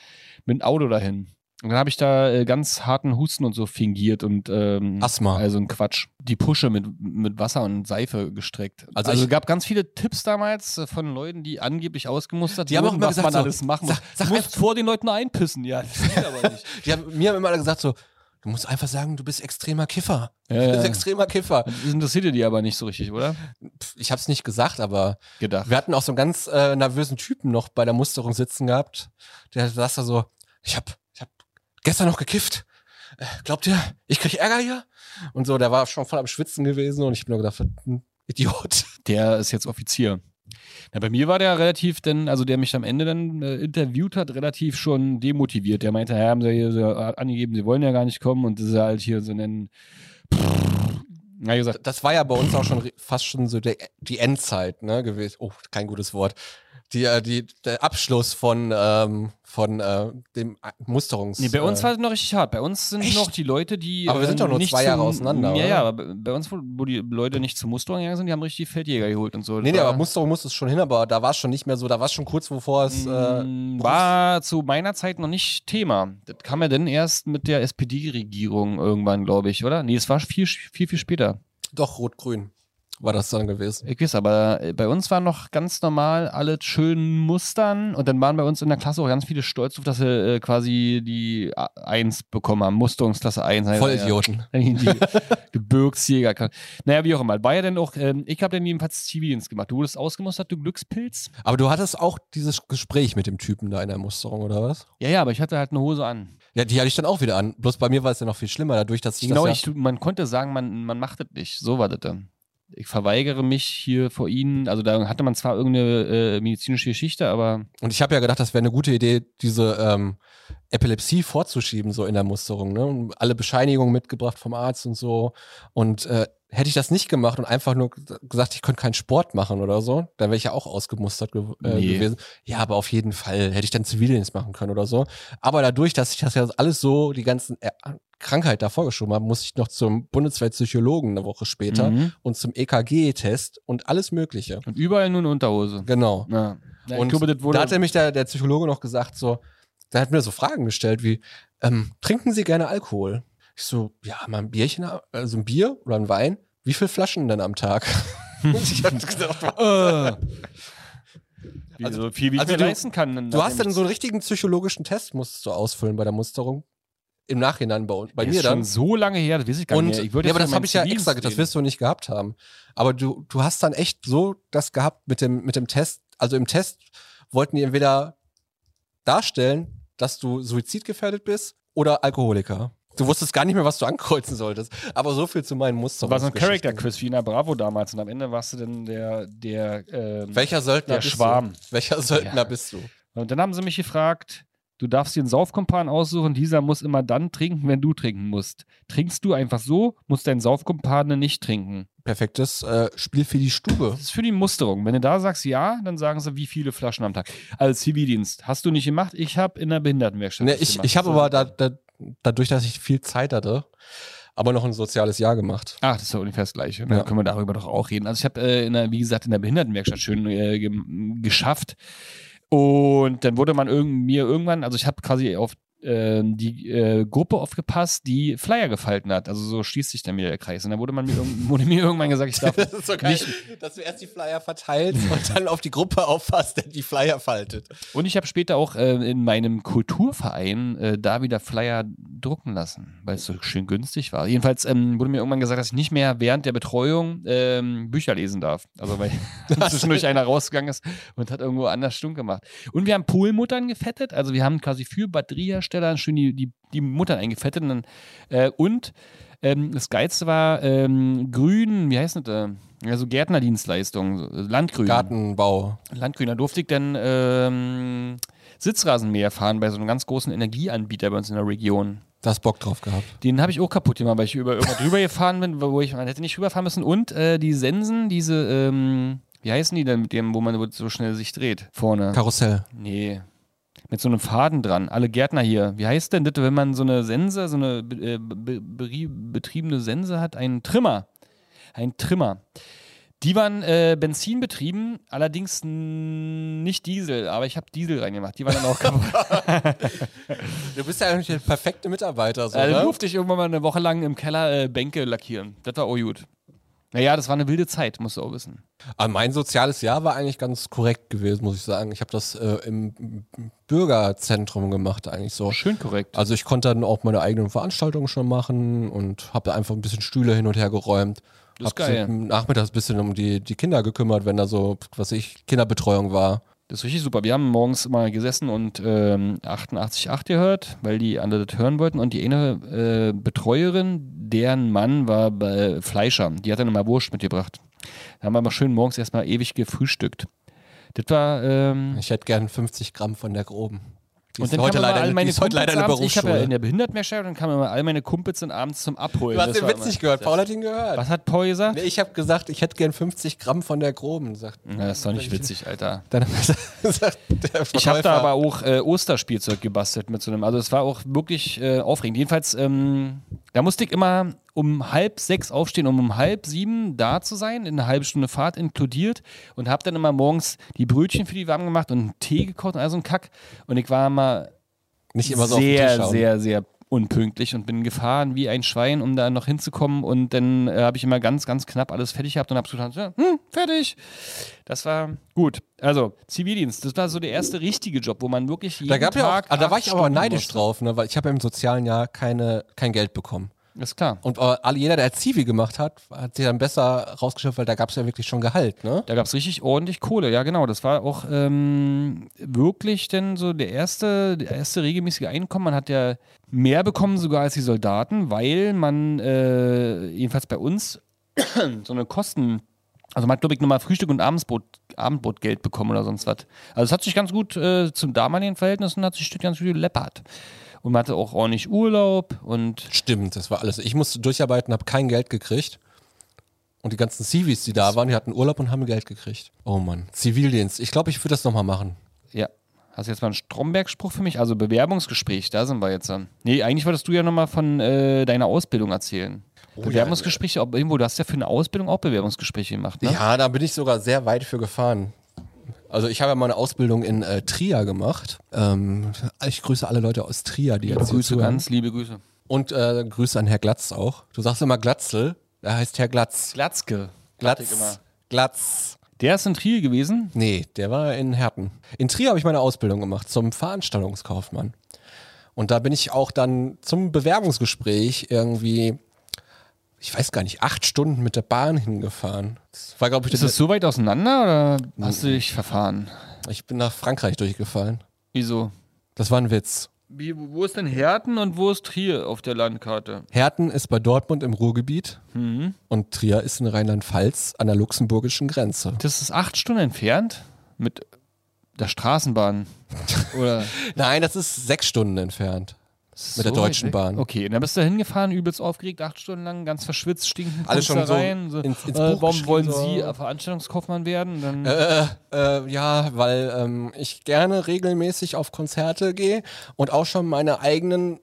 S2: mit dem Auto dahin. Und dann habe ich da äh, ganz harten Husten und so fingiert und ähm,
S1: Asthma.
S2: Also ein Quatsch. Die Pusche mit, mit Wasser und Seife gestreckt.
S1: Also
S2: Also,
S1: ich-
S2: es gab ganz viele Tipps damals äh, von Leuten, die angeblich ausgemustert
S1: Die haben auch
S2: wurden,
S1: immer
S2: was
S1: gesagt
S2: man
S1: so,
S2: alles machen muss.
S1: sag- sag
S2: du
S1: einfach-
S2: musst vor den Leuten einpissen, ja. Das geht aber nicht.
S1: Die haben mir haben immer alle gesagt so, du musst einfach sagen, du bist extremer Kiffer.
S2: Ja,
S1: Du
S2: ja.
S1: bist extremer Kiffer.
S2: Das interessierte die aber nicht so richtig, oder?
S1: Pff, Ich hab's nicht gesagt, aber
S2: Gedacht.
S1: Wir hatten auch so einen ganz äh, nervösen Typen noch bei der Musterung sitzen gehabt. Der saß da so, ich hab, ich hab gestern noch gekifft. Äh, Glaubt ihr, ich krieg Ärger hier? Und so, der war schon voll am Schwitzen gewesen und ich bin nur gedacht, was ein Idiot.
S2: Der ist jetzt Offizier. Na, bei mir war der relativ, denn, also der mich am Ende dann äh, interviewt hat, relativ schon demotiviert. Der meinte, ja, haben sie hier so äh, angegeben, sie wollen ja gar nicht kommen und das ist ja halt hier so ein. Na, ich gesagt,
S1: Das war ja bei uns auch schon re- fast schon so der, die Endzeit, ne, gewesen. Oh, kein gutes Wort. die, äh, die, der Abschluss von, ähm, von äh, dem Musterungs.
S2: Nee, bei uns
S1: äh,
S2: war es noch richtig hart. Bei uns sind
S1: Echt?
S2: noch die Leute, die.
S1: Aber wir sind
S2: äh,
S1: doch nur
S2: nicht
S1: zwei Jahre
S2: zum-
S1: auseinander,
S2: Ja,
S1: oder?
S2: ja, aber bei- bei uns, wo- wo die Leute nicht zur Musterung gegangen sind, die haben richtig Feldjäger geholt und so.
S1: Nee, nee,
S2: Das war-
S1: aber Musterung musste es schon hin, aber da war es schon nicht mehr so, da war es schon kurz bevor es. Äh,
S2: Mm, war zu meiner Zeit noch nicht Thema. Das kam ja dann erst mit der SPD-Regierung irgendwann, glaube ich, oder? Nee, es war viel, viel, viel später.
S1: doch, rot-grün war das dann gewesen.
S2: Ich weiß, aber äh, bei uns war noch ganz normal alles schön Mustern und dann waren bei uns in der Klasse auch ganz viele stolz drauf, dass sie äh, quasi die A- 1 bekommen haben, Musterungsklasse 1. Also, ja,
S1: Vollidioten.
S2: Die Gebirgsjäger. kann- Naja, wie auch immer. War ja dann auch, ähm, ich habe dann jedenfalls Zivildienst gemacht. Du wurdest ausgemustert, du Glückspilz.
S1: Aber du hattest auch dieses Gespräch mit dem Typen da in der Musterung, oder was?
S2: Ja, ja, aber ich hatte halt eine Hose an.
S1: Ja, die hatte ich dann auch wieder an. Bloß bei mir war es ja noch viel schlimmer, dadurch, dass ich
S2: genau,
S1: das.
S2: ich, tu- man konnte sagen, man, man macht das nicht. So war das dann. Ich verweigere mich hier vor Ihnen. Also da hatte man zwar irgendeine äh, medizinische Geschichte, aber
S1: ja, und ich habe ja gedacht, das wäre eine gute Idee, diese ähm, Epilepsie vorzuschieben, so in der Musterung. Ne? Und alle Bescheinigungen mitgebracht vom Arzt und so. Und äh, hätte ich das nicht gemacht und einfach nur g- gesagt, ich könnte keinen Sport machen oder so, dann wäre ich ja auch ausgemustert ge äh,
S2: Nee.
S1: gewesen. Ja, aber auf jeden Fall hätte ich dann Zivildienst machen können oder so. Aber dadurch, dass ich das ja alles so, die ganzen äh, Krankheit da vorgeschoben habe, musste ich noch zum Bundeswehrpsychologen eine Woche später.
S2: Mhm.
S1: und zum EKG-Test und alles Mögliche.
S2: und überall nur eine Unterhose.
S1: Genau.
S2: Ja. Ja,
S1: Und
S2: ich glaube, das wurde
S1: da hat er mich der, der Psychologe noch gesagt, so, da hat mir so Fragen gestellt wie, ähm, trinken Sie gerne Alkohol? Ich so, ja, mal ein Bierchen, also ein Bier oder ein Wein. Wie viele Flaschen denn am Tag? Und ich hab gesagt,
S2: äh, also,
S1: Also-
S2: so viel, wie ich
S1: also
S2: mir
S1: du-
S2: leisten kann.
S1: du hast dann so einen richtigen psychologischen Test, musstest du ausfüllen bei der Musterung. Im Nachhinein bei, uns- bei
S2: bei
S1: mir
S2: ist schon
S1: dann.
S2: so lange her, das weiß ich gar
S1: Und
S2: nicht. mehr.
S1: ich
S2: Ich würde
S1: ja,
S2: jetzt
S1: aber
S2: von
S1: das
S2: meinem
S1: habe ich ja extra,
S2: Zivildienst
S1: das
S2: reden.
S1: wirst du nicht gehabt haben. Aber du, du hast dann echt so das gehabt mit dem, mit dem Test. Also im Test wollten die entweder darstellen, dass du suizidgefährdet bist oder Alkoholiker. Du wusstest gar nicht mehr, was du ankreuzen solltest. Aber so viel zu meinen Mustern.
S2: Das war so ein Character-Quiz wie in der Bravo damals. Und am Ende warst du dann der, der, ähm,
S1: Welcher Söldner
S2: der
S1: bist
S2: Schwarm.
S1: du? Welcher Söldner
S2: Ja.
S1: bist du?
S2: Und dann haben sie mich gefragt, du darfst dir einen Saufkumpan aussuchen, dieser muss immer dann trinken, wenn du trinken musst. Trinkst du einfach so, muss dein Saufkumpane nicht trinken.
S1: Perfektes äh, Spiel für die Stube.
S2: Das ist für die Musterung. Wenn du da sagst ja, dann sagen sie, wie viele Flaschen am Tag. Als Zivildienst. Hast du nicht gemacht? Ich habe in der Behindertenwerkstatt.
S1: Ne,
S2: das
S1: ich
S2: gemacht.
S1: ich habe
S2: So.
S1: aber da, da, dadurch, dass ich viel Zeit hatte, aber noch ein soziales Jahr gemacht.
S2: Ach, Ah, das ist ja ungefähr das Gleiche. Dann
S1: Ja.
S2: können wir darüber doch auch reden. Also ich habe, äh, in der- wie gesagt, in der Behindertenwerkstatt schön äh, gem- geschafft. Und dann wurde man irgend, mir irgendwann, also ich habe quasi auf äh, die äh, Gruppe aufgepasst, die Flyer gefalten hat. Also so schließt sich dann wieder der Kreis. Und dann wurde, man mir, irgend- wurde mir irgendwann gesagt, ich darf
S1: Das ist so geil,
S2: Nicht-
S1: dass du erst die Flyer verteilst und dann auf die Gruppe auffasst, der die Flyer faltet.
S2: Und ich habe später auch äh, in meinem Kulturverein äh, da wieder Flyer drucken lassen, weil es so schön günstig war. Jedenfalls ähm, wurde mir irgendwann gesagt, dass ich nicht mehr während der Betreuung ähm, Bücher lesen darf. Also weil zwischendurch einer rausgegangen ist und hat irgendwo anders stumm gemacht. Und wir haben Poolmuttern gefettet. Also wir haben quasi für Batteriehersteller schön die, die, die Muttern eingefettet. Und, dann, äh, und ähm, das Geilste war ähm, Grün, wie heißt das? Äh, also Gärtnerdienstleistungen, so, äh, Landgrün.
S1: Gartenbau.
S2: Landgrün, da durfte ich dann ähm, Sitzrasenmäher fahren bei so einem ganz großen Energieanbieter bei uns in der Region.
S1: Da hast Bock drauf gehabt.
S2: Den habe ich auch kaputt gemacht, weil ich über irgendwas drüber gefahren bin, wo ich man hätte nicht rüberfahren müssen. Und äh, die Sensen, diese, ähm, wie heißen die denn mit dem, wo man so schnell sich dreht? Vorne.
S1: Karussell.
S2: nee. Mit so einem Faden dran. Alle Gärtner hier. Wie heißt denn das, wenn man so eine Sense, so eine be- äh, be beri- betriebene Sense hat? Einen Trimmer. Ein Trimmer. Die waren äh, Benzin betrieben, allerdings n- nicht Diesel, aber ich habe Diesel reingemacht. Die waren dann auch kaputt.
S1: Du bist ja eigentlich der perfekte Mitarbeiter. So,
S2: Also
S1: ne?
S2: durfte ich irgendwann mal eine Woche lang im Keller äh, Bänke lackieren. Das war auch gut. Naja, das war eine wilde Zeit, musst du auch wissen.
S1: Aber Ah, mein soziales Jahr war eigentlich ganz korrekt gewesen, muss ich sagen. Ich habe das äh, im Bürgerzentrum gemacht, eigentlich so.
S2: Schön korrekt.
S1: Also ich konnte dann auch meine eigenen Veranstaltungen schon machen und habe einfach ein bisschen Stühle hin und her geräumt.
S2: Das ist
S1: Hab
S2: geil.
S1: So nachmittags ein bisschen um die, die Kinder gekümmert, wenn da so, was weiß ich, Kinderbetreuung war.
S2: Das ist richtig super. Wir haben morgens immer gesessen und ähm, 88.8 gehört, weil die andere das hören wollten. Und die eine äh, Betreuerin, deren Mann war bei Fleischer. Die hat dann immer Wurst mitgebracht. Da haben wir mal schön morgens erstmal ewig gefrühstückt. Das war, ähm,
S1: Ich hätte gern 50 Gramm von der groben. Die
S2: und
S1: ist
S2: dann
S1: heute
S2: kamen immer
S1: leider,
S2: all
S1: die
S2: meine
S1: ist heute leider
S2: Kumpels
S1: eine
S2: abends, ich habe ja in
S1: Berufsschule.
S2: der Behindertenmehrstelle, dann kamen immer all meine Kumpels dann abends zum Abholen.
S1: Du hast
S2: Das
S1: den
S2: war
S1: Witz
S2: immer-
S1: nicht gehört, Paul hat ihn gehört.
S2: Was hat Paul gesagt?
S1: Nee, ich habe gesagt, ich hätte gern 50 Gramm von der groben, sagt,
S2: Na, das ist doch nicht witzig, Alter.
S1: dann sagt der Verkäufer.
S2: Ich habe da aber auch äh, Osterspielzeug gebastelt mit so einem. Also es war auch wirklich äh, aufregend. Jedenfalls, ähm, da musste ich immer um halb sechs aufstehen, um um halb sieben da zu sein, in eine halbe Stunde Fahrt inkludiert und habe dann immer morgens die Brötchen für die warm gemacht und einen Tee gekocht und all so ein Kack. Und ich war immer
S1: nicht immer so auf den
S2: sehr,
S1: Tisch schauen.
S2: sehr, sehr unpünktlich und bin gefahren wie ein Schwein, um da noch hinzukommen. Und dann äh, habe ich immer ganz, ganz knapp alles fertig gehabt und habe gedacht, ja, hm, fertig. Das war gut. Also Zivildienst, das war so der erste richtige Job, wo man wirklich jeden
S1: Da gab ja auch,
S2: Tag
S1: ah, da war
S2: acht
S1: ich aber
S2: Stunden
S1: neidisch
S2: musste.
S1: drauf, ne, weil ich habe ja im sozialen Jahr keine, kein Geld bekommen.
S2: Ist klar.
S1: Und äh, alle, jeder, der Zivi gemacht hat, hat sich dann besser rausgeschöpft, weil da gab es ja wirklich schon Gehalt, ne?
S2: Da gab es richtig ordentlich Kohle, ja genau. Das war auch ähm, wirklich denn so der erste, der erste regelmäßige Einkommen. Man hat ja mehr bekommen sogar als die Soldaten, weil man äh, jedenfalls bei uns so eine Kosten, also man hat glaube ich nochmal Frühstück und Abendsbrot, Abendbrotgeld bekommen oder sonst was. Also es hat sich ganz gut äh, zum damaligen Verhältnissen hat sich das ganz gut geleppert. Und man hatte auch ordentlich Urlaub und
S1: Stimmt, das war alles. Ich musste durcharbeiten, habe kein Geld gekriegt. Und die ganzen Civis, die da waren, die hatten Urlaub und haben Geld gekriegt. Oh Mann, Zivildienst. Ich glaube, ich würde das nochmal machen.
S2: Ja. Hast du jetzt mal einen Stromberg-Spruch für mich? Also Bewerbungsgespräch, da sind wir jetzt dann. Nee, eigentlich wolltest du ja nochmal von äh, deiner Ausbildung erzählen. Bewerbungsgespräche, ob irgendwo, du hast ja für eine Ausbildung auch Bewerbungsgespräche gemacht, ne?
S1: Ja, da bin ich sogar sehr weit für gefahren. Also ich habe ja meine Ausbildung in äh, Trier gemacht. Ähm, ich grüße alle Leute aus Trier, die jetzt hier
S2: Grüße
S1: zuhören.
S2: ganz, liebe Grüße.
S1: Und äh, Grüße an Herr Glatz auch. Du sagst immer Glatzel, er heißt Herr Glatz.
S2: Glatzke.
S1: Glatz, Glatz.
S2: Der ist in Trier gewesen.
S1: Nee, der war in Herten. In Trier habe ich meine Ausbildung gemacht zum Veranstaltungskaufmann. Und da bin ich auch dann zum Bewerbungsgespräch irgendwie, ich weiß gar nicht, acht Stunden mit der Bahn hingefahren. Das war, glaube ich,
S2: Ist das so weit auseinander oder hast du dich verfahren?
S1: ich bin nach Frankreich durchgefallen.
S2: Wieso?
S1: Das war ein Witz.
S2: Wie, wo ist denn Herten und wo ist Trier auf der Landkarte?
S1: Herten ist bei Dortmund im Ruhrgebiet
S2: Mhm.
S1: und Trier ist in Rheinland-Pfalz an der luxemburgischen Grenze.
S2: Das ist acht Stunden entfernt mit der Straßenbahn. Oder
S1: Nein, das ist sechs Stunden entfernt.
S2: Ist
S1: Mit der
S2: weit
S1: Deutschen
S2: weg?
S1: Bahn.
S2: Okay, und dann bist du hingefahren, übelst aufgeregt, acht Stunden lang, ganz verschwitzt, stinkend.
S1: Alles
S2: kommst da
S1: schon so
S2: rein, so,
S1: ins- ins
S2: äh,
S1: Buch
S2: Warum wollen
S1: geschrieben,
S2: Sie
S1: so.
S2: Veranstaltungskaufmann werden? Dann,
S1: Äh, äh, ja, weil ähm, ich gerne regelmäßig auf Konzerte gehe und auch schon meine eigenen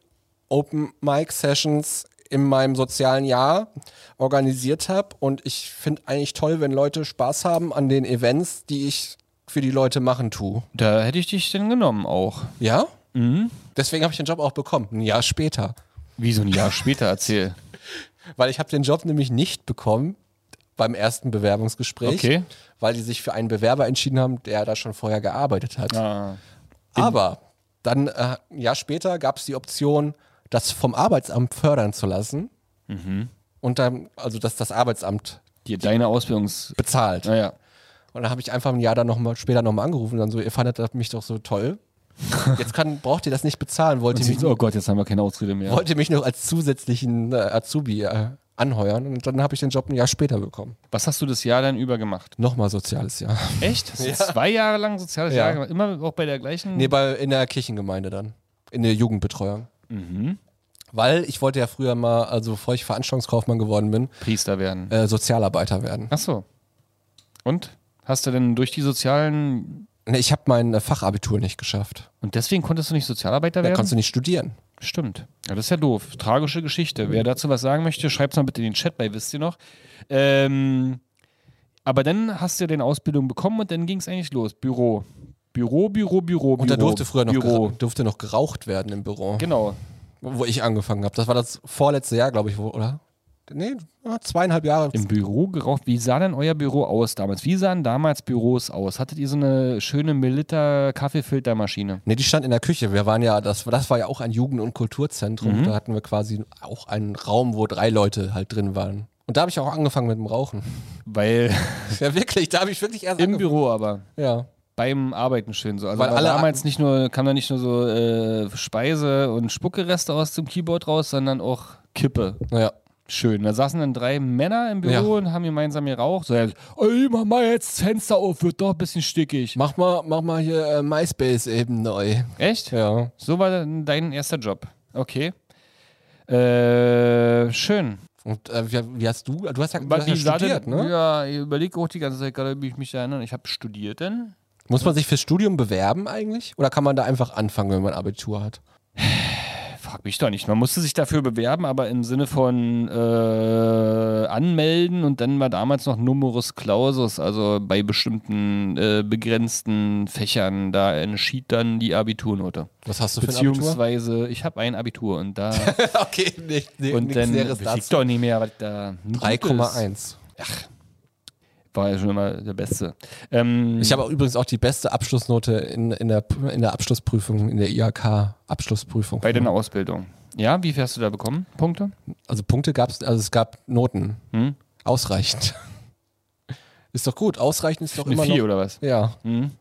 S1: Open Mic Sessions in meinem sozialen Jahr organisiert habe. Und ich finde eigentlich toll, wenn Leute Spaß haben an den Events, die ich für die Leute machen tue.
S2: da hätte ich dich denn genommen auch.
S1: Ja?
S2: Mhm.
S1: Deswegen habe ich den Job auch bekommen, ein Jahr später.
S2: Wie so ein Jahr später, erzähl.
S1: Weil ich habe den Job nämlich nicht bekommen beim ersten Bewerbungsgespräch,
S2: Okay.
S1: weil die sich für einen Bewerber entschieden haben, der da schon vorher gearbeitet hat.
S2: Ah,
S1: Aber dann äh, ein Jahr später gab es die Option, das vom Arbeitsamt fördern zu lassen. Und dann, also dass das Arbeitsamt
S2: die, deine Ausbildungs...
S1: bezahlt.
S2: Naja.
S1: Und dann habe ich einfach ein Jahr dann noch mal, später nochmal angerufen und dann so, ihr fandet das mich doch so toll. Jetzt kann, braucht ihr das nicht bezahlen, wollt ihr mich,
S2: Oh Gott, jetzt haben wir keine Ausrede mehr.
S1: wollt ihr mich noch als zusätzlichen äh, Azubi äh, anheuern. Und dann habe ich den Job ein Jahr später bekommen.
S2: Was hast du das Jahr dann über gemacht?
S1: Nochmal soziales Jahr.
S2: Echt? Hast du zwei Jahre lang soziales
S1: Ja.
S2: Jahr gemacht? Immer auch bei der gleichen...
S1: Nee, bei, in der Kirchengemeinde dann. In der Jugendbetreuung. Weil ich wollte ja früher mal, also bevor ich Veranstaltungskaufmann geworden bin,
S2: Priester werden.
S1: äh, Sozialarbeiter werden.
S2: Ach so. Und? Hast du denn durch die sozialen...
S1: Nee, Ich habe mein äh, Fachabitur nicht geschafft.
S2: Und deswegen konntest du nicht Sozialarbeiter
S1: Da
S2: werden?
S1: kannst du nicht studieren.
S2: Stimmt. Ja, das ist ja doof. Tragische Geschichte. Wer dazu was sagen möchte, schreibt es mal bitte in den Chat bei, wisst ihr noch. Ähm, aber dann hast du ja deine Ausbildung bekommen und dann ging es eigentlich los. Büro. Büro, Büro, Büro, Büro.
S1: Und da durfte früher noch,
S2: Büro.
S1: gera- durfte noch geraucht werden im Büro,
S2: Genau.
S1: wo ich angefangen habe. Das war das vorletzte Jahr, glaube ich, wo, oder? Nee, ah, zweieinhalb Jahre.
S2: Im Büro geraucht. Wie sah denn euer Büro aus damals? Wie sahen damals Büros aus? Hattet ihr so eine schöne Melitter Kaffeefiltermaschine?
S1: Nee, die stand in der Küche. Wir waren ja, das, das war ja auch ein Jugend- und Kulturzentrum.
S2: Mhm.
S1: Da hatten wir quasi auch einen Raum, wo drei Leute halt drin waren. Und da habe ich auch angefangen mit dem Rauchen.
S2: Weil
S1: Ja, wirklich, da habe ich wirklich erst
S2: im
S1: angefangen.
S2: Büro aber.
S1: Ja.
S2: beim Arbeiten schön so. Also
S1: Weil
S2: aber
S1: alle-
S2: damals nicht nur, kam da nicht nur so äh, Speise und Spuckereste aus dem Keyboard raus, sondern auch Kippe.
S1: Ja.
S2: Schön. Da saßen dann drei Männer im Büro und haben gemeinsam geraucht. So, ey, mach mal jetzt das Fenster auf, wird doch ein bisschen stickig.
S1: Mach mal, mach mal hier äh, MySpace eben neu.
S2: Echt?
S1: Ja.
S2: So war dann dein erster Job. Okay. Äh, schön.
S1: Und äh, wie, wie hast du, du hast ja, du hast
S2: Wie
S1: ja
S2: sah denn-
S1: studiert, ne?
S2: Ja, ich überlege auch die ganze Zeit gerade, wie ich mich da erinnere. Ich habe studiert denn?
S1: Muss man sich fürs Studium bewerben eigentlich? Oder kann man da einfach anfangen, wenn man Abitur hat?
S2: Frag mich doch nicht. Man musste sich dafür bewerben, aber im Sinne von äh, anmelden und dann war damals noch Numerus Clausus, also bei bestimmten äh, begrenzten Fächern, da entschied dann die Abiturnote.
S1: Was hast du für ein Abitur?
S2: Beziehungsweise, ich habe ein Abitur und da
S1: okay, nicht, nicht,
S2: und dann
S1: Näheres
S2: liegt
S1: dazu.
S2: doch nicht mehr, was da ein gutes-
S1: 3,1.
S2: war ja schon immer der Beste. Ähm,
S1: Ich habe auch übrigens auch die beste Abschlussnote in, in, der, in der Abschlussprüfung, in der IHK-Abschlussprüfung.
S2: bei deiner Ausbildung. Ja, wie viel hast du da bekommen? Punkte?
S1: Also Punkte gab es, also es gab Noten.
S2: Hm?
S1: Ausreichend. Ist doch gut, ausreichend ist doch
S2: Eine
S1: immer
S2: vier
S1: noch.
S2: oder was?
S1: Ja,
S2: Hm?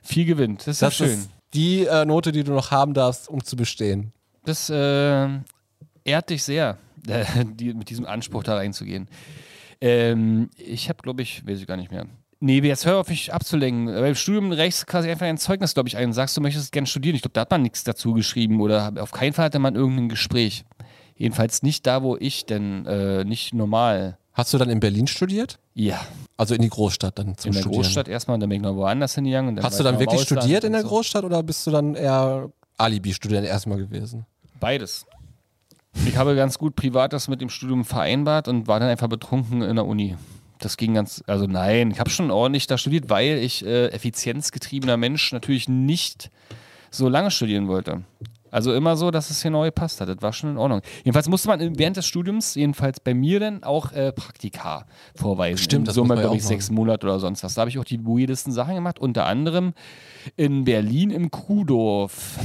S2: Vier gewinnt. Das ist ja
S1: das
S2: schön.
S1: ist die äh, Note, die du noch haben darfst, um zu bestehen.
S2: das äh, ehrt dich sehr, äh, die, mit diesem Anspruch da reinzugehen. Ähm, ich habe, glaube ich, weiß ich gar nicht mehr. Nee, jetzt hör auf, mich abzulenken. Beim Studium rechts quasi einfach ein Zeugnis, glaube ich, ein. Sagst du, möchtest gerne studieren. Ich glaube, da hat man nichts dazu geschrieben oder hab- auf keinen Fall hatte man irgendein Gespräch. Jedenfalls nicht da, wo ich denn äh, nicht normal.
S1: Hast du dann in Berlin studiert?
S2: Ja,
S1: Also in die Großstadt dann zum
S2: in der
S1: Studieren.
S2: Großstadt erstmal und dann bin ich noch woanders hingegangen. und
S1: Hast
S2: war
S1: du
S2: ich
S1: dann
S2: noch im
S1: wirklich
S2: Ausland
S1: studiert in
S2: und
S1: der
S2: so.
S1: Großstadt oder bist du dann eher Alibi-Student erstmal gewesen?
S2: Beides. Ich habe ganz gut privat das mit dem Studium vereinbart und war dann einfach betrunken in der Uni. Das ging ganz, also nein, ich habe schon ordentlich da studiert, weil ich äh, effizienzgetriebener Mensch natürlich nicht so lange studieren wollte. Also immer so, dass es hier neu gepasst hat. Das war schon in Ordnung. Jedenfalls musste man in- während des Studiums, jedenfalls bei mir dann, auch äh, Praktika vorweisen.
S1: Stimmt,
S2: in
S1: das muss
S2: Summe,
S1: man ja
S2: glaube ich,
S1: auch
S2: sechs Monate oder sonst was. Da habe ich auch die weirdesten Sachen gemacht, unter anderem in Berlin im Kuhdorf.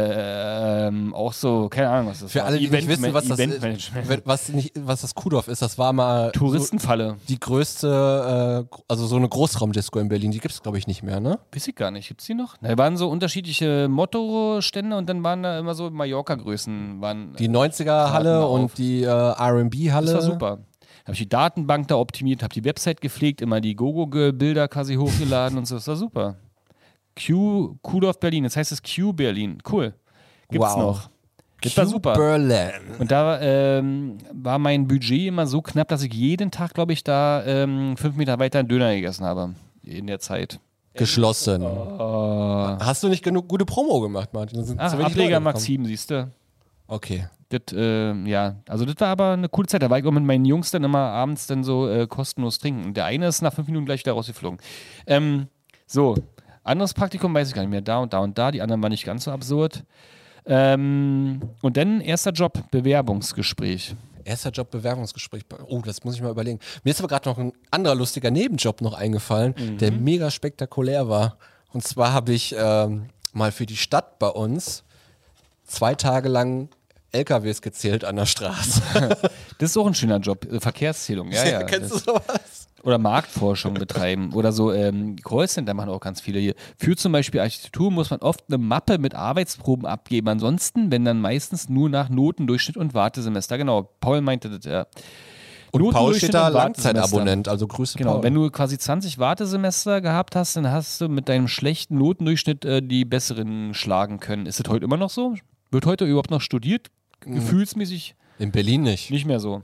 S2: Äh, ähm, auch so, keine Ahnung, was das
S1: Für
S2: war.
S1: alle, die nicht wissen, was das ist,
S2: Eventmanagement.
S1: was, nicht, was das Kudorf ist, das war mal
S2: Touristenfalle.
S1: so die größte, äh, also so eine Großraumdisco in Berlin, die gibt es glaube ich nicht mehr, ne?
S2: Weiß ich gar nicht. Gibt's die noch? Da waren so unterschiedliche Motto-Stände und dann waren da immer so Mallorca-Größen. Waren,
S1: Die 90er-Halle
S2: auf.
S1: und die äh, R&B-Halle.
S2: Das war super. Habe ich die Datenbank da optimiert, habe die Website gepflegt, immer die Gogo-Bilder quasi hochgeladen und so. Das war super. Q, Kudorf Berlin. Jetzt heißt es Q Berlin. Cool. Gibt's
S1: Wow.
S2: noch. Das war super.
S1: Berlin.
S2: Und da ähm, war mein Budget immer so knapp, dass ich jeden Tag, glaube ich, da ähm, fünf Meter weiter einen Döner gegessen habe. In der Zeit.
S1: Geschlossen. Hast du nicht genug gute Promo gemacht, Martin? Da sind
S2: Ach,
S1: zu wenig
S2: Oh. Ah, Ableger
S1: Leute gekommen.
S2: Maxim, siehst du.
S1: Okay.
S2: Das, äh, ja, also das war aber eine coole Zeit. Da war ich auch mit meinen Jungs dann immer abends dann so äh, kostenlos trinken. Und der eine ist nach fünf Minuten gleich wieder rausgeflogen. Ähm, so, anderes Praktikum weiß ich gar nicht mehr. Da und da und da. Die anderen waren nicht ganz so absurd. Ähm, und dann erster Job, Bewerbungsgespräch.
S1: Erster Job Bewerbungsgespräch. Oh, das muss ich mal überlegen. Mir ist aber gerade noch ein anderer lustiger Nebenjob noch eingefallen,
S2: Mhm.
S1: der mega spektakulär war. Und zwar habe ich ähm, mal für die Stadt bei uns zwei Tage lang LKWs gezählt an der Straße.
S2: Das ist auch ein schöner Job. äh, Verkehrszählung, ja, ja.
S1: Kennst
S2: Das,
S1: du sowas?
S2: oder Marktforschung betreiben oder so ähm, Callcenter machen auch ganz viele hier. Für zum Beispiel Architektur muss man oft eine Mappe mit Arbeitsproben abgeben. Ansonsten, wenn dann meistens nur nach Notendurchschnitt und Wartesemester. Genau, Paul meinte das ja.
S1: Und Paul
S2: Notendurchschnitt
S1: steht da
S2: und Wartesemester.
S1: Langzeitabonnent, also Grüße
S2: Genau,
S1: Paul.
S2: wenn du quasi 20 Wartesemester gehabt hast, dann hast du mit deinem schlechten Notendurchschnitt äh, die besseren schlagen können. Ist das heute immer noch so? Wird heute überhaupt noch studiert?
S1: Hm.
S2: Gefühlsmäßig
S1: In Berlin nicht.
S2: nicht mehr so.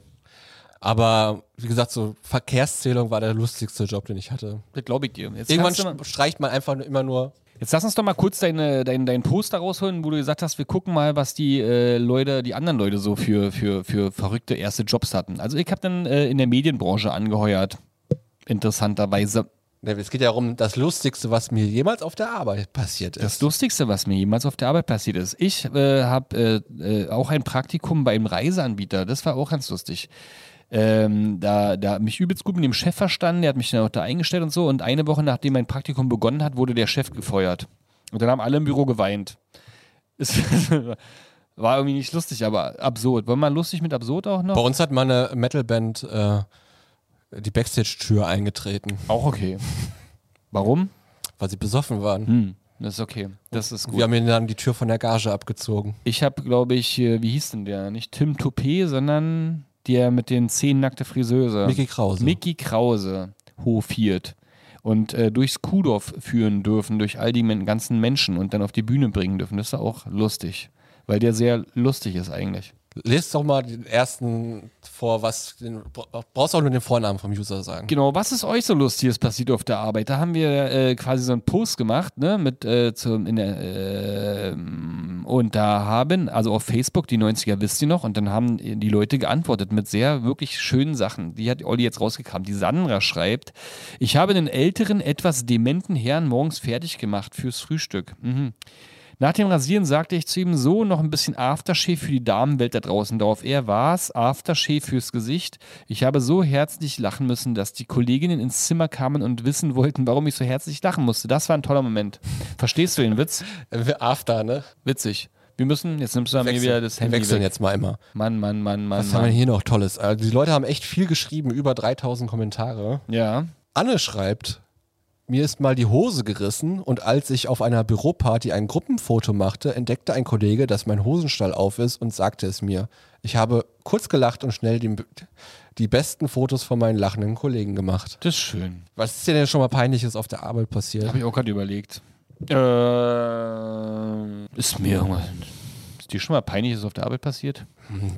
S1: Aber wie gesagt, so Verkehrszählung war der lustigste Job, den ich hatte.
S2: Das glaube ich dir. Jetzt
S1: Irgendwann
S2: kannst du mal-
S1: sch- streicht man einfach immer nur
S2: Jetzt lass uns doch mal kurz deine, dein, dein Poster rausholen, wo du gesagt hast, wir gucken mal, was die äh, Leute, die anderen Leute so für, für, für verrückte erste Jobs hatten. Also ich habe dann äh, in der Medienbranche angeheuert, interessanterweise.
S1: Ne, Es geht ja darum, das Lustigste, was mir jemals auf der Arbeit passiert
S2: Das
S1: ist.
S2: Lustigste, was mir jemals auf der Arbeit passiert ist. Ich äh, habe äh, äh, auch ein Praktikum bei einem Reiseanbieter. Das war auch ganz lustig. Ähm, da, da hat mich übelst gut mit dem Chef verstanden. Der hat mich dann auch da eingestellt und so. Und eine Woche nachdem mein Praktikum begonnen hat, wurde der Chef gefeuert. Und dann haben alle im Büro geweint. Es war irgendwie nicht lustig, aber absurd. Wollen wir mal lustig mit absurd auch
S1: Bei
S2: noch?
S1: uns hat mal eine Metalband äh, die Backstage-Tür eingetreten,
S2: Auch okay. Warum?
S1: weil sie besoffen waren.
S2: Hm, das ist okay. Das ist gut.
S1: Wir haben ihnen dann die Tür von der Gage abgezogen.
S2: Ich habe, glaube ich, äh, wie hieß denn der? Nicht Tim Toupet, sondern der mit den zehn nackte Friseuse.
S1: Mickey Krause.
S2: Mickey Krause hofiert und äh, durchs Kuhdorf führen dürfen, durch all die men- ganzen Menschen und dann auf die Bühne bringen dürfen. Das ist ja auch lustig, weil der sehr lustig ist eigentlich.
S1: Lest doch mal den ersten vor, was. Den, bra- brauchst auch nur den Vornamen vom User sagen.
S2: Genau, was ist euch so Lustiges passiert auf der Arbeit? Da haben wir äh, quasi so einen Post gemacht, ne, mit äh, zum, in der, ähm, und da haben, also auf Facebook, die 90er wisst ihr noch, und dann haben die Leute geantwortet mit sehr wirklich schönen Sachen. Die hat Olli jetzt rausgekramt. Die Sandra schreibt, ich habe den älteren, etwas dementen Herrn morgens fertig gemacht fürs Frühstück. Mhm. Nach dem Rasieren sagte ich zu ihm so noch ein bisschen Aftershave für die Damenwelt da draußen drauf. Er war's, Aftershave fürs Gesicht. Ich habe so herzlich lachen müssen, dass die Kolleginnen ins Zimmer kamen und wissen wollten, warum ich so herzlich lachen musste. Das war ein toller Moment. Verstehst du den Witz?
S1: Äh, After, ne?
S2: Witzig. Wir müssen, jetzt nimmst du mir wieder das Handy
S1: wechseln
S2: weg.
S1: jetzt mal immer.
S2: Mann, Mann, Mann, Mann,
S1: Was haben wir
S2: Mann.
S1: hier noch Tolles? Also die Leute haben echt viel geschrieben, über 3000 Kommentare.
S2: Ja.
S1: Anne schreibt, mir ist mal die Hose gerissen und als ich auf einer Büroparty ein Gruppenfoto machte, entdeckte ein Kollege, dass mein Hosenstall auf ist und sagte es mir. Ich habe kurz gelacht und schnell die, die besten Fotos von meinen lachenden Kollegen gemacht.
S2: Das ist schön.
S1: Was ist dir denn schon mal peinliches auf der Arbeit passiert?
S2: Habe ich auch gerade überlegt. Äh, ist mir irgendwas. Ist dir schon mal peinlich, was auf der Arbeit passiert?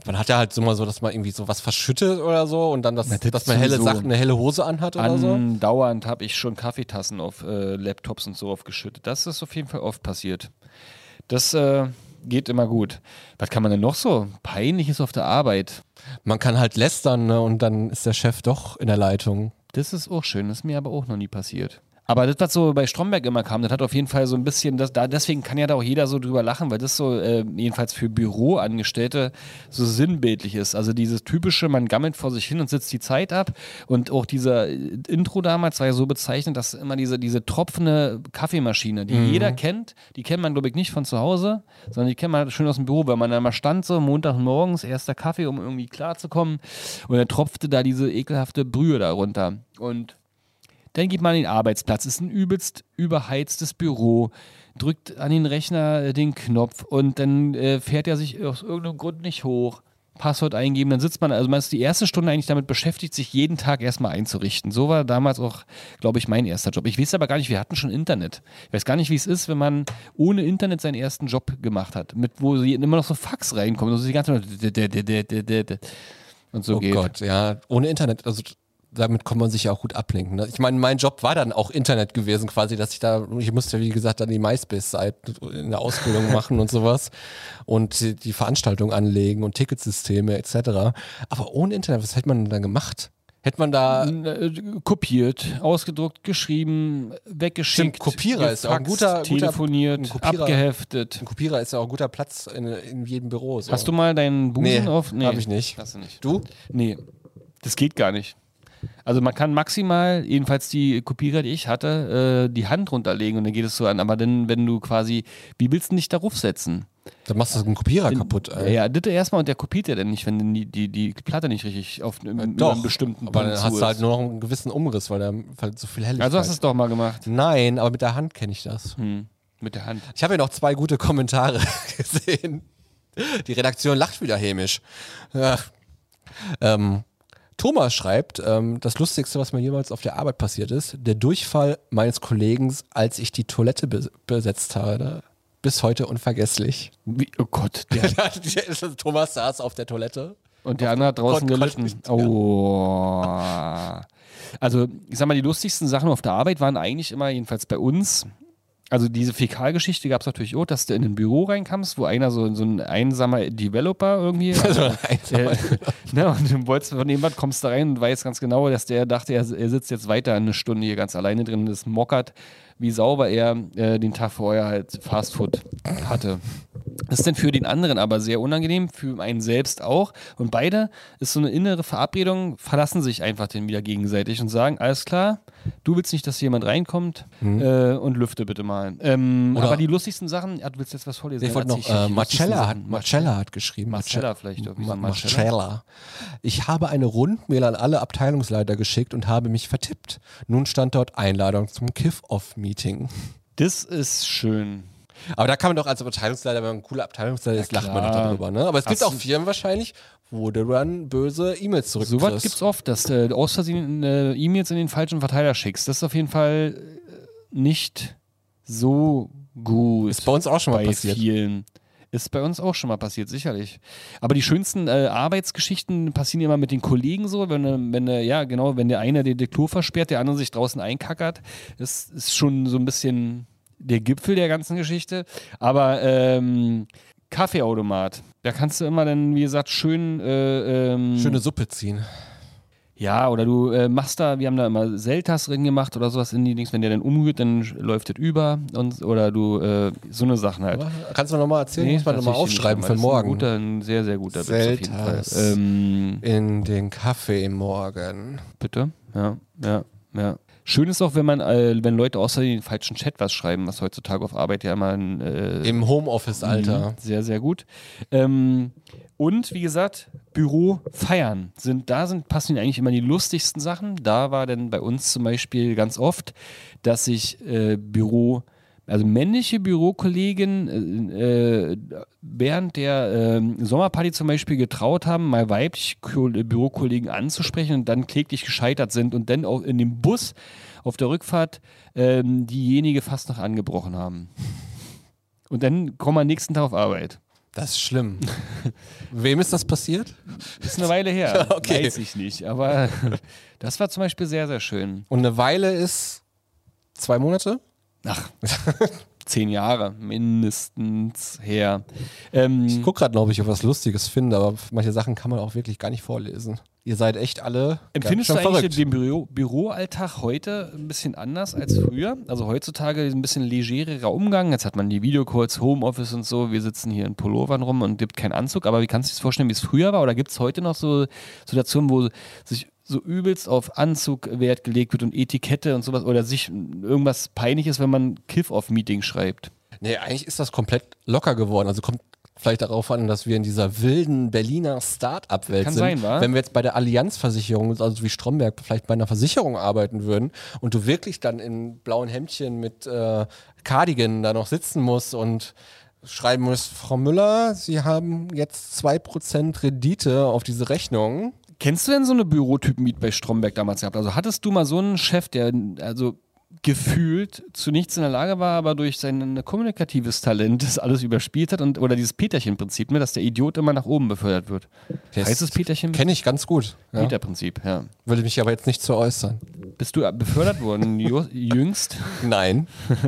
S1: Man hat ja halt so mal so, dass man irgendwie so was verschüttet oder so und dann, das,
S2: Na, das
S1: dass man helle
S2: sowieso.
S1: Sachen, eine helle Hose anhat oder so.
S2: Andauernd habe ich schon Kaffeetassen auf äh, Laptops und so aufgeschüttet. Das ist auf jeden Fall oft passiert. Das äh, geht immer gut. Was kann man denn noch so? Peinliches auf der Arbeit.
S1: Man kann halt lästern ne? und dann ist der Chef doch in der Leitung.
S2: Das ist auch schön. Das ist mir aber auch noch nie passiert. Aber das, was so bei Stromberg immer kam, das hat auf jeden Fall so ein bisschen, das, da, deswegen kann ja da auch jeder so drüber lachen, weil das so äh, jedenfalls für Büroangestellte so sinnbildlich ist. Also dieses typische, man gammelt vor sich hin und sitzt die Zeit ab. Und auch dieser äh, Intro damals war ja so bezeichnet, dass immer diese, diese tropfende Kaffeemaschine, die jeder kennt, die kennt man, glaube ich, nicht von zu Hause, sondern die kennt man halt schön aus dem Büro, weil man da mal stand so Montagmorgens, erster Kaffee, um irgendwie klarzukommen. Und dann tropfte da diese ekelhafte Brühe darunter. Und dann geht man an den Arbeitsplatz, ist ein übelst überheiztes Büro, drückt an den Rechner äh, den Knopf und dann äh, fährt er sich aus irgendeinem Grund nicht hoch. Passwort eingeben, dann sitzt man, also man ist die erste Stunde eigentlich damit beschäftigt, sich jeden Tag erstmal einzurichten. So war damals auch, glaube ich, mein erster Job. Ich weiß aber gar nicht, wir hatten schon Internet. Ich weiß gar nicht, wie es ist, wenn man ohne Internet seinen ersten Job gemacht hat, mit wo sie immer noch so Fax reinkommen, so die ganze und so
S1: Oh
S2: geht.
S1: Gott, ja, ohne Internet, also damit kann man sich ja auch gut ablenken. Ne? Ich meine, mein Job war dann auch Internet gewesen quasi, dass ich da, ich musste ja wie gesagt dann die MySpace-Seite in der Ausbildung machen und sowas und die, die Veranstaltung anlegen und Ticketsysteme etc. Aber ohne Internet, was hätte man denn da gemacht? Hätte man da,
S2: äh, kopiert, ausgedruckt, geschrieben, weggeschickt.
S1: Stimmt, Kopierer ist auch ein
S2: gefaxt,
S1: guter- guter-
S2: telefoniert,
S1: ein Kopierer.
S2: abgeheftet.
S1: ein Kopierer ist ja auch ein guter Platz in, in jedem Büro. So.
S2: Hast du mal deinen Busen
S1: Nee,
S2: auf?
S1: hab ich nicht.
S2: Hast du nicht.
S1: Du?
S2: Nee, das geht gar nicht. Also man kann maximal, jedenfalls die Kopierer, die ich hatte, äh, die Hand runterlegen und dann geht es so an. Aber dann, wenn du quasi, wie willst du dich darauf setzen?
S1: Dann machst du einen Kopierer kaputt.
S2: Ja, ja, das erstmal und der kopiert ja dann nicht, wenn die, die, die Platte nicht richtig auf einem, über einem bestimmten
S1: Äh, aber
S2: Punkt
S1: dann
S2: zu
S1: hast du halt
S2: ist.
S1: nur noch einen gewissen Umriss, weil da weil so viel Helligkeit.
S2: Also hast du es doch mal gemacht.
S1: Nein, aber mit der Hand kenne ich das.
S2: Hm, mit der Hand.
S1: Ich habe hier noch zwei gute Kommentare gesehen. Die Redaktion lacht wieder hämisch. Ja. Ähm, Thomas schreibt, ähm, das Lustigste, was mir jemals auf der Arbeit passiert ist, der Durchfall meines Kollegen, als ich die Toilette bes- besetzt habe. Bis heute unvergesslich.
S2: Wie, oh Gott, der
S1: Thomas saß auf der Toilette.
S2: Und der andere hat draußen
S1: Gott, Gott,
S2: gelitten. Oh. Also, ich sag mal, die lustigsten Sachen auf der Arbeit waren eigentlich immer, jedenfalls bei uns, also diese Fäkalgeschichte gab es natürlich auch, dass du in ein Büro reinkamst, wo einer so, so ein einsamer Developer irgendwie.
S1: Also, einsamer
S2: äh, ne, und du wolltest von jemand, kommst da rein und weißt ganz genau, dass der dachte, er, er sitzt jetzt weiter eine Stunde hier ganz alleine drin und es mockert, wie sauber er äh, den Tag vorher halt Fastfood hatte. Das ist dann für den anderen aber sehr unangenehm, für einen selbst auch. Und beide ist so eine innere Verabredung, verlassen sich einfach dann wieder gegenseitig und sagen, alles klar, du willst nicht, dass hier jemand reinkommt äh, und lüfte bitte mal. Ähm,
S1: Mhm. Oder-
S2: aber die lustigsten Sachen, ah, du willst jetzt was vorlesen?
S1: Ich wollte
S2: Dann
S1: noch,
S2: erzähl ich
S1: äh,
S2: die lustigsten
S1: Marcella, hat,
S2: Sachen.
S1: Marcella hat geschrieben.
S2: Marcella vielleicht, irgendwie so
S1: Ma
S2: Marcella.
S1: Marcella. Ich habe eine Rundmail an alle Abteilungsleiter geschickt und habe mich vertippt. Nun stand dort Einladung zum Kiff-Off-Meeting.
S2: Das ist schön.
S1: Aber da kann man doch als Abteilungsleiter, wenn man ein cooler Abteilungsleiter ist, lacht man doch
S2: klar.
S1: darüber. Ne? Aber es gibt
S2: Hast
S1: auch
S2: du-
S1: Firmen wahrscheinlich, wo du dann böse E-Mails
S2: So was
S1: zurückkriegst.
S2: gibt's oft, dass du aus Versehen äh, E-Mails in den falschen Verteiler schickst. Das ist auf jeden Fall äh, nicht so gut.
S1: Ist bei uns auch schon mal
S2: bei
S1: passiert.
S2: vielen. Ist bei uns auch schon mal passiert, sicherlich. Aber die schönsten äh, Arbeitsgeschichten passieren immer mit den Kollegen so, wenn, äh, wenn äh, ja genau, wenn der eine den Dektor versperrt, der andere sich draußen einkackert, das ist schon so ein bisschen der Gipfel der ganzen Geschichte. Aber ähm, Kaffeeautomat, da kannst du immer dann, wie gesagt, schön äh, ähm,
S1: Schöne Suppe ziehen.
S2: ja, oder du äh, machst da, wir haben da immer Seltas drin gemacht oder sowas in die Dings, wenn der dann umrührt, dann sch- läuft das über und oder du äh, so eine Sachen halt.
S1: Aber Kannst du nochmal erzählen? Muss man nochmal
S2: natürlich
S1: aufschreiben
S2: nicht,
S1: für
S2: aber das ist
S1: morgen.
S2: Ein, guter, ein sehr, sehr guter Witz
S1: Selters.
S2: auf jeden Fall. Ähm,
S1: In den Kaffee morgen.
S2: bitte. Ja, ja, ja. Schön ist auch, wenn man, äh, wenn Leute außer den falschen Chat was schreiben, was heutzutage auf Arbeit ja immer ein, äh,
S1: Im Homeoffice, Alter.
S2: Mhm, Sehr, sehr gut. Ähm, und wie gesagt, Büro feiern. Sind, da sind, passen ihnen eigentlich immer die lustigsten Sachen. Da war denn bei uns zum Beispiel ganz oft, dass sich äh, Büro, also männliche Bürokollegen äh, äh, während der ähm, Sommerparty zum Beispiel getraut haben, mal weibliche Ko- äh, Bürokollegen anzusprechen und dann kläglich gescheitert sind und dann auch in dem Bus auf der Rückfahrt ähm, diejenige fast noch angebrochen haben. Und dann kommen wir am nächsten Tag auf Arbeit.
S1: Das ist schlimm. Wem ist das passiert?
S2: Ist eine Weile her.
S1: Okay.
S2: Weiß ich nicht. Aber das war zum Beispiel sehr, sehr schön.
S1: Und eine Weile ist zwei Monate?
S2: Ach, zehn Jahre mindestens her. Ähm,
S1: Ich guck gerade, ob ich was Lustiges finde, aber manche Sachen kann man auch wirklich gar nicht vorlesen. Ihr seid echt alle
S2: Empfindest du
S1: ganz schön
S2: eigentlich
S1: verrückt.
S2: den Büro, Büroalltag heute ein bisschen anders als früher? Also heutzutage ist ein bisschen legererer Umgang. Jetzt hat man die Videocalls, Homeoffice und so. Wir sitzen hier in Pullovern rum und gibt keinen Anzug. Aber wie kannst du dir das vorstellen, wie es früher war? Oder gibt es heute noch so Situationen, wo sich so übelst auf Anzug Wert gelegt wird und Etikette und sowas? Oder sich irgendwas peinlich ist, wenn man Kiff-Off-Meeting schreibt?
S1: Nee, eigentlich ist das komplett locker geworden. Also kommt vielleicht darauf an, dass wir in dieser wilden Berliner Start-up-Welt
S2: Kann
S1: sind.
S2: sein, wa?
S1: Wenn wir jetzt bei der Allianzversicherung, also wie Stromberg, vielleicht bei einer Versicherung arbeiten würden und du wirklich dann in blauen Hemdchen mit äh, Cardigan da noch sitzen musst und schreiben musst, Frau Müller, Sie haben jetzt 2% Rendite auf diese Rechnung.
S2: Kennst du denn so eine Bürotypen, wie es bei Stromberg damals gehabt? Also hattest du mal so einen Chef, der also gefühlt zu nichts in der Lage war, aber durch sein ne, kommunikatives Talent das alles überspielt hat und oder dieses Peterchen-Prinzip, ne, dass der Idiot immer nach oben befördert wird. heißt es Peterchen?
S1: Kenne ich ganz gut. Ja.
S2: Peter-Prinzip, ja.
S1: Würde mich aber jetzt nicht zu äußern.
S2: Bist du befördert worden ju- jüngst?
S1: Nein.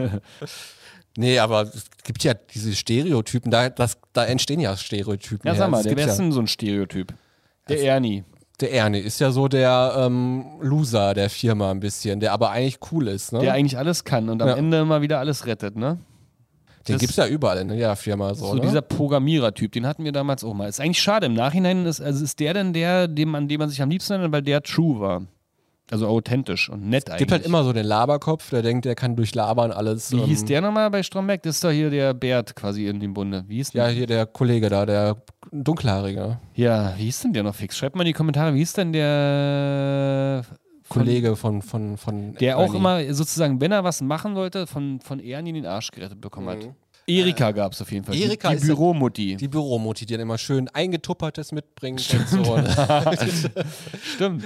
S1: nee, aber es gibt ja diese Stereotypen, da, das, da entstehen ja Stereotypen.
S2: Ja, sag mal,
S1: Es
S2: der,
S1: gibt
S2: wer ist
S1: ja,
S2: denn so ein Stereotyp? Der Ernie.
S1: der Erne ist ja so der ähm, Loser der Firma ein bisschen, der aber eigentlich cool ist. Ne?
S2: Der eigentlich alles kann und am
S1: Ja.
S2: Ende immer wieder alles rettet, ne?
S1: Den
S2: das-
S1: gibt es ja überall in der Firma. So,
S2: So
S1: ne?
S2: dieser Programmierer-Typ, den hatten wir damals auch mal. Ist eigentlich schade. Im Nachhinein ist, also ist der denn der, dem, an dem man sich am liebsten erinnert, weil der true war. Also authentisch und nett eigentlich.
S1: gibt halt immer so den Laberkopf, der denkt, der kann durch Labern alles.
S2: Wie
S1: ähm,
S2: hieß der nochmal bei Stromberg? Das ist doch hier der Bert quasi in dem Bunde. Wie hieß
S1: Ja,
S2: denn,
S1: hier der Kollege da, der Dunkelhaarige.
S2: ja, wie hieß denn der noch fix? Schreibt mal in die Kommentare, wie hieß denn der von-
S1: Kollege von. von, von
S2: Der auch
S1: Ernie.
S2: immer sozusagen, wenn er was machen wollte, von, von Ernie den Arsch gerettet bekommen hat. Erika gab es auf jeden Fall. Die-
S1: Mhm. Äh, Erika
S2: die
S1: ist-
S2: Büromutti.
S1: Die Büromutti, die dann immer schön eingetuppertes mitbringt. Und so, ne?
S2: Stimmt.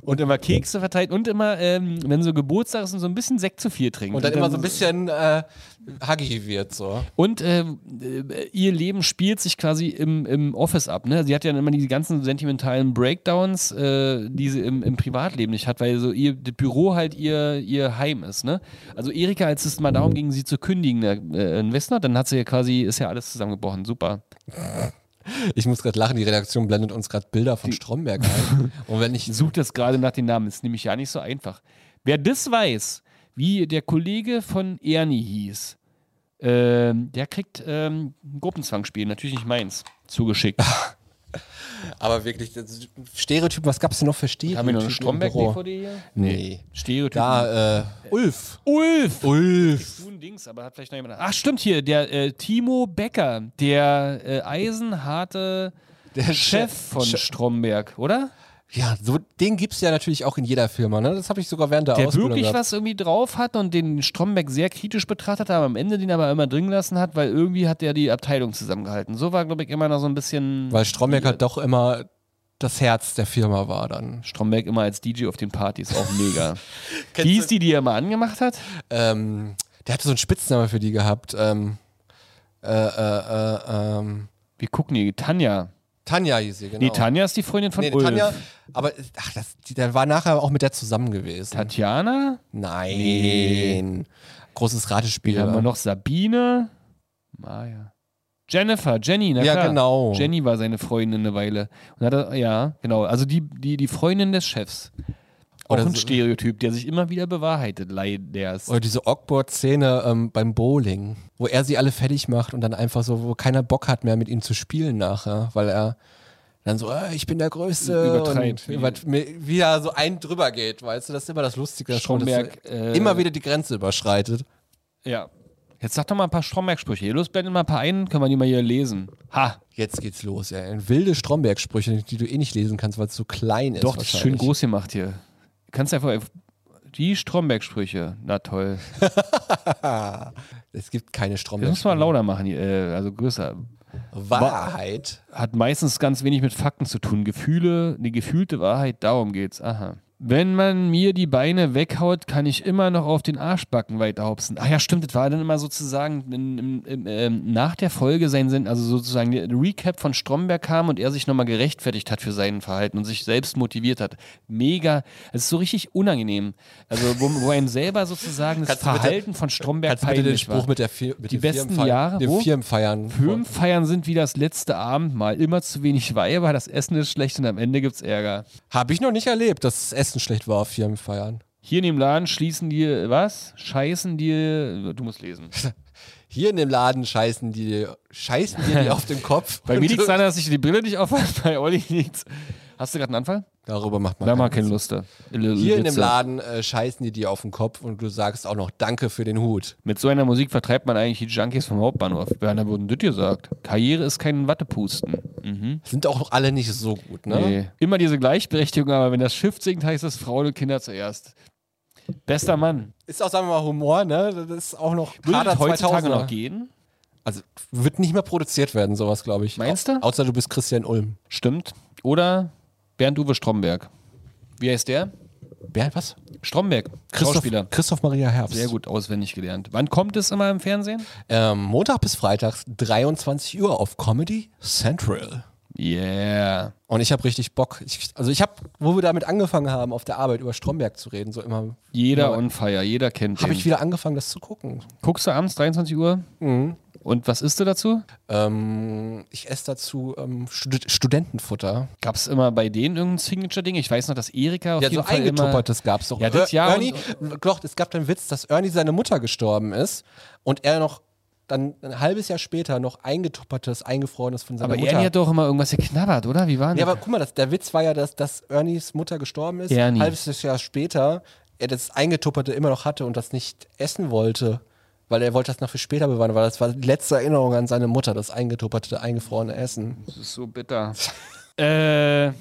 S2: Und immer Kekse verteilt und immer, ähm, wenn so Geburtstag ist, so ein bisschen Sekt zu viel trinken.
S1: Und dann immer so ein bisschen äh, huggy wird so.
S2: Und äh, äh, ihr Leben spielt sich quasi im, im Office ab. Ne? Sie hat ja dann immer diese ganzen sentimentalen Breakdowns, äh, die sie im, im Privatleben nicht hat, weil so ihr das Büro halt ihr, ihr Heim ist. Ne? Also Erika, als es mal darum ging, sie zu kündigen äh, in Westnord, dann hat sie ja quasi, ist ja alles zusammengebrochen. Super.
S1: Ich muss gerade lachen, die Redaktion blendet uns gerade Bilder von Stromberg ein. Und wenn ich
S2: sucht das gerade nach den Namen. Ist nämlich ja nicht so einfach. Wer das weiß, wie der Kollege von Ernie hieß, ähm, der kriegt ähm, ein Gruppenzwangsspiel, natürlich nicht meins, zugeschickt.
S1: aber wirklich das Stereotyp, was gab's denn noch für Stereotypen?
S2: Haben wir noch eine
S1: im Büro?
S2: Stromberg-DVD hier?
S1: Nee.
S2: Stereotypen.
S1: Da äh, Ulf.
S2: Ulf!
S1: Ulf.
S2: Tun Dings, aber hat vielleicht noch jemand. Ach, stimmt hier, der äh, Timo Becker, der äh, eisenharte
S1: Der
S2: Chef von
S1: Che-
S2: Stromberg, oder?
S1: Ja, so, den gibt's ja natürlich auch in jeder Firma. Ne? Das habe ich sogar während der,
S2: der
S1: Ausbildung
S2: wirklich
S1: gehabt.
S2: was irgendwie drauf hat und den Stromberg sehr kritisch betrachtet hat, aber am Ende den aber immer drin lassen hat, weil irgendwie hat der die Abteilung zusammengehalten. So war, glaube ich, immer noch so ein bisschen
S1: Weil Stromberg halt doch immer das Herz der Firma war dann.
S2: Stromberg immer als DJ auf den Partys, auch mega. die ist die, die er mal angemacht hat.
S1: Ähm, der hatte so einen Spitznamen für die gehabt. Ähm, äh, äh, äh, ähm,
S2: Wir gucken hier, Tanja.
S1: Tanja hieß sie, genau.
S2: Nee, Tanja ist die Freundin von
S1: Nee,
S2: Ulf.
S1: Tanja, aber ach, das, die, der war nachher auch mit der zusammen gewesen.
S2: Tatjana?
S1: Nein. Großes Ratespiel.
S2: Dann haben wir
S1: oder?
S2: noch Sabine. Maja. Jennifer, Jenny, na
S1: Ja,
S2: klar.
S1: genau.
S2: Jenny war seine Freundin eine Weile. Und hat er, ja, genau. Also die, die, die Freundin des Chefs. Auch
S1: Oder
S2: ein
S1: so-
S2: Stereotyp, der sich immer wieder bewahrheitet, leider.
S1: Oder diese Awkward-Szene ähm, beim Bowling, wo er sie alle fertig macht und dann einfach so, wo keiner Bock hat mehr mit ihm zu spielen nachher, weil er dann so, äh, ich bin der Größte.
S2: Übertreibt.
S1: Und übert- mir- wieder so ein drüber geht, weißt du, das ist immer das Lustige. dass man
S2: Stromberg,
S1: das
S2: äh,
S1: immer wieder die Grenze überschreitet.
S2: Ja. Jetzt sag doch mal ein paar Stromberg-Sprüche. Hier, los, blenden mal ein paar ein, können wir die mal hier lesen. Ha,
S1: Jetzt geht's los, ey. Wilde Stromberg-Sprüche, die du eh nicht lesen kannst, weil es so klein ist.
S2: doch, das ist schön
S1: wahrscheinlich.
S2: groß gemacht hier. Kannst einfach auf- die Stromberg-Sprüche. Na toll.
S1: Es gibt keine
S2: Das
S1: Stromberg.
S2: müssen wir lauter machen, hier, äh, also größer.
S1: Wahrheit.
S2: Hat meistens ganz wenig mit Fakten zu tun. Gefühle, die gefühlte Wahrheit, darum geht's. Aha. Wenn man mir die Beine weghaut, kann ich immer noch auf den Arschbacken weiterhopsen. Ach ja, stimmt, das war dann immer sozusagen in, in, in, ähm, nach der Folge sein Sinn, also sozusagen der Recap von Stromberg kam und er sich nochmal gerechtfertigt hat für sein Verhalten und sich selbst motiviert hat. Mega, es ist so richtig unangenehm. Also wo, wo einem selber sozusagen das
S1: Kannst du bitte-
S2: Verhalten von Stromberg
S1: Kannst du bitte den
S2: peinlich war.
S1: Spruch mit der Fir mit
S2: Die
S1: den
S2: besten
S1: Firmenfeiern-
S2: Jahre,
S1: den
S2: wo?
S1: Firmenfeiern.
S2: Firmenfeiern sind wie das letzte Abendmahl. Immer zu wenig Weiber, das Essen ist schlecht und am Ende gibt's Ärger.
S1: Habe ich noch nicht erlebt, dass das Essen schlecht war auf Firmenfeiern.
S2: Hier in dem Laden schließen die, was? Scheißen die, du musst lesen.
S1: Hier in dem Laden scheißen die, scheißen die, die auf den Kopf.
S2: Bei mir
S1: Und
S2: liegt's daran, dass ich die Brille nicht aufhabe, bei Olli nichts. Hast du gerade einen Anfall?
S1: Darüber macht man
S2: Da mal
S1: keinen
S2: keine
S1: Witz.
S2: Lust. da.
S1: Hier in dem
S2: Witze.
S1: Laden äh, scheißen die dir auf den Kopf und du sagst auch noch Danke für den Hut.
S2: Mit so einer Musik vertreibt man eigentlich die Junkies vom Hauptbahnhof. Werner wurden das gesagt. Karriere ist kein Wattepusten. Mhm.
S1: Sind auch alle nicht so gut, ne?
S2: Nee. Immer diese Gleichberechtigung, aber wenn das Schiff singt, heißt es Frauen und Kinder zuerst. Bester Mann.
S1: Ist auch, sagen wir mal, Humor, ne? Das ist auch noch
S2: Würde
S1: harter
S2: das heutzutage
S1: 2000er.
S2: noch gehen?
S1: Also wird nicht mehr produziert werden, sowas, glaube ich.
S2: Meinst du?
S1: Außer du bist Christian Ulm.
S2: Stimmt. Oder Bernd-Uwe Stromberg. Wie heißt der?
S1: Wer, was?
S2: Stromberg, Schauspieler.
S1: Christoph, Christoph Maria Herbst.
S2: Sehr gut auswendig gelernt. Wann kommt es immer im Fernsehen?
S1: Ähm, Montag bis Freitags, 23 Uhr auf Comedy Central.
S2: Yeah.
S1: Und ich habe richtig Bock. Ich, also ich habe, wo wir damit angefangen haben, auf der Arbeit über Stromberg zu reden, so immer,
S2: Jeder on fire, jeder kennt
S1: habe
S2: den.
S1: ich wieder angefangen, das zu gucken.
S2: Guckst du abends 23 Uhr?
S1: Mhm.
S2: Und was isst du dazu?
S1: Ähm, ich esse dazu ähm, Stud Studentenfutter.
S2: Gab es immer bei denen irgendein Signature-Ding? Ich weiß noch, dass Erika auf
S1: ja, so
S2: jeden Fall immer...
S1: eingetuppertes gab es doch.
S2: Ja, das ja
S1: Ernie, doch, es gab den Witz, dass Ernie seine Mutter gestorben ist und er noch dann ein halbes Jahr später noch eingetuppertes, eingefrorenes von seiner
S2: Aber
S1: Mutter.
S2: Ernie hat doch immer irgendwas geknabbert, oder? Wie war denn
S1: Ja,
S2: das?
S1: aber guck mal, das, der Witz war ja, dass, dass Ernies Mutter gestorben ist,
S2: Ernie.
S1: ein halbes Jahr später er das Eingetupperte immer noch hatte und das nicht essen wollte, weil er wollte das noch für später bewahren, weil das war die letzte Erinnerung an seine Mutter, das eingetupperte, eingefrorene Essen.
S2: Das ist so bitter. äh,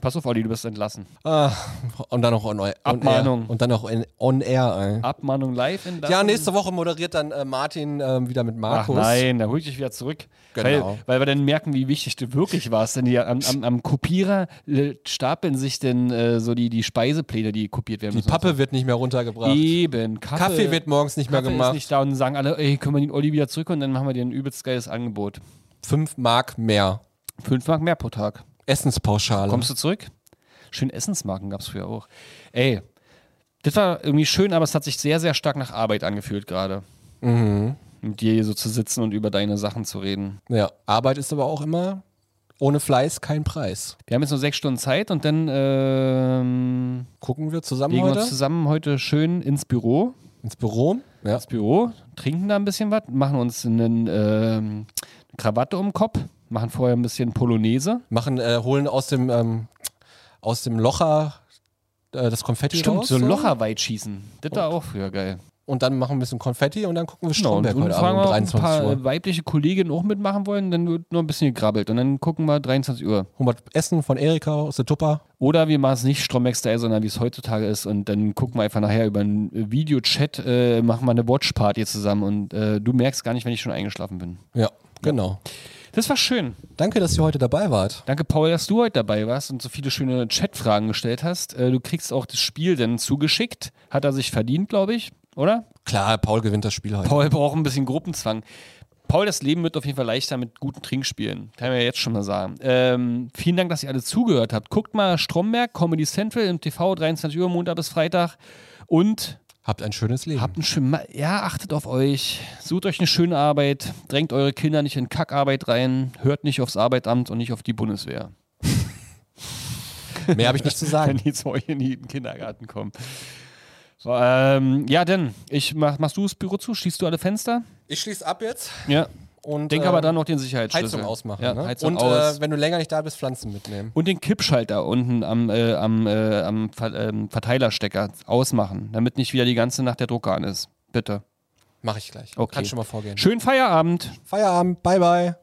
S2: pass auf, Olli, du bist entlassen.
S1: Ah, und dann noch on, on air.
S2: Abmahnung.
S1: Und dann noch in, on air, ey.
S2: Abmahnung live in
S1: Ja, nächste Woche moderiert dann äh, Martin ähm, wieder mit
S2: Ach
S1: Markus.
S2: nein, da hol ich dich wieder zurück.
S1: Genau.
S2: Weil, weil wir dann merken, wie wichtig du wirklich warst. Denn die, am, am, am Kopierer äh, stapeln sich denn äh, so die, die Speisepläne, die kopiert werden
S1: Die
S2: müssen.
S1: Pappe wird nicht mehr runtergebracht.
S2: Eben, Kaffee,
S1: Kaffee wird morgens nicht mehr
S2: Kaffee
S1: gemacht.
S2: Ist nicht da und sagen alle, ey, können wir den Olli wieder zurück und dann machen wir dir ein übelst geiles Angebot.
S1: Fünf Mark mehr.
S2: Fünf Mark mehr pro Tag.
S1: Essenspauschale.
S2: Kommst du zurück? Schön Essensmarken gab es früher auch. Ey, das war irgendwie schön, aber es hat sich sehr, sehr stark nach Arbeit angefühlt gerade.
S1: Mhm.
S2: Mit dir hier so zu sitzen und über deine Sachen zu reden.
S1: ja, Arbeit ist aber auch immer ohne Fleiß kein Preis.
S2: Wir haben jetzt nur sechs Stunden Zeit und dann ähm,
S1: gucken wir zusammen
S2: legen wir
S1: heute
S2: uns zusammen heute schön ins Büro.
S1: ins Büro. Ja.
S2: Ins Büro, trinken da ein bisschen was, machen uns einen, ähm, eine Krawatte um den Kopf, machen vorher ein bisschen Polonaise.
S1: Machen, äh, holen aus dem, ähm, aus dem Locher äh, das Konfetti
S2: Stimmt,
S1: raus.
S2: so ein Locherweit schießen. Das war auch früher geil.
S1: und dann machen wir ein bisschen Konfetti und dann gucken wir
S2: Genau, und
S1: Stromberg
S2: und
S1: heute
S2: fragen
S1: Abend
S2: wir,
S1: um
S2: ob ein
S1: 23
S2: paar äh,
S1: Uhr.
S2: weibliche Kolleginnen auch mitmachen wollen, dann wird nur ein bisschen gegrabbelt. Und dann gucken wir 23 Uhr.
S1: Holen wir Essen von Erika aus der Tupper.
S2: Oder wir machen es nicht Stromberg-Style, sondern wie es heutzutage ist. Und dann gucken wir einfach nachher über einen Videochat, äh, machen wir eine Watch-Party zusammen. Und äh, du merkst gar nicht, wenn ich schon eingeschlafen bin.
S1: Ja, genau.
S2: Das war schön.
S1: Danke, dass ihr heute dabei wart.
S2: Danke, Paul, dass du heute dabei warst und so viele schöne Chat-Fragen gestellt hast. Äh, du kriegst auch das Spiel dann zugeschickt. Hat er sich verdient, glaube ich, oder?
S1: Klar, Paul gewinnt das Spiel heute.
S2: Paul braucht ein bisschen Gruppenzwang. Paul, das Leben wird auf jeden Fall leichter mit guten Trinkspielen. Kann man ja jetzt schon mal sagen. Ähm, vielen Dank, dass ihr alle zugehört habt. Guckt mal Stromberg, Comedy Central im TV, 23 Uhr, Montag bis Freitag. Und
S1: Habt ein schönes Leben.
S2: habt einen schönen. Ma ja, achtet auf euch. Sucht euch eine schöne Arbeit. Drängt eure Kinder nicht in Kackarbeit rein. Hört nicht aufs Arbeitamt und nicht auf die Bundeswehr.
S1: Mehr habe ich nicht zu
S2: wenn
S1: sagen.
S2: die zu euch in den Kindergarten kommen. So, ähm, ja, denn, ich mach, machst du das Büro zu? Schließt du alle Fenster?
S1: Ich schließe ab jetzt
S2: Ja.
S1: und
S2: Denk
S1: äh,
S2: aber dann noch den Sicherheitsschlüssel.
S1: Heizung ausmachen.
S2: Ja,
S1: ne?
S2: Heizung
S1: und
S2: aus.
S1: Äh, wenn du länger nicht da bist, Pflanzen mitnehmen.
S2: und den Kippschalter unten am, äh, am, äh, am Ver ähm, Verteilerstecker ausmachen, damit nicht wieder die ganze Nacht der Drucker an ist. Bitte.
S1: Mache ich gleich.
S2: Okay.
S1: Kannst schon mal vorgehen.
S2: Schönen Feierabend.
S1: Feierabend. Bye, bye.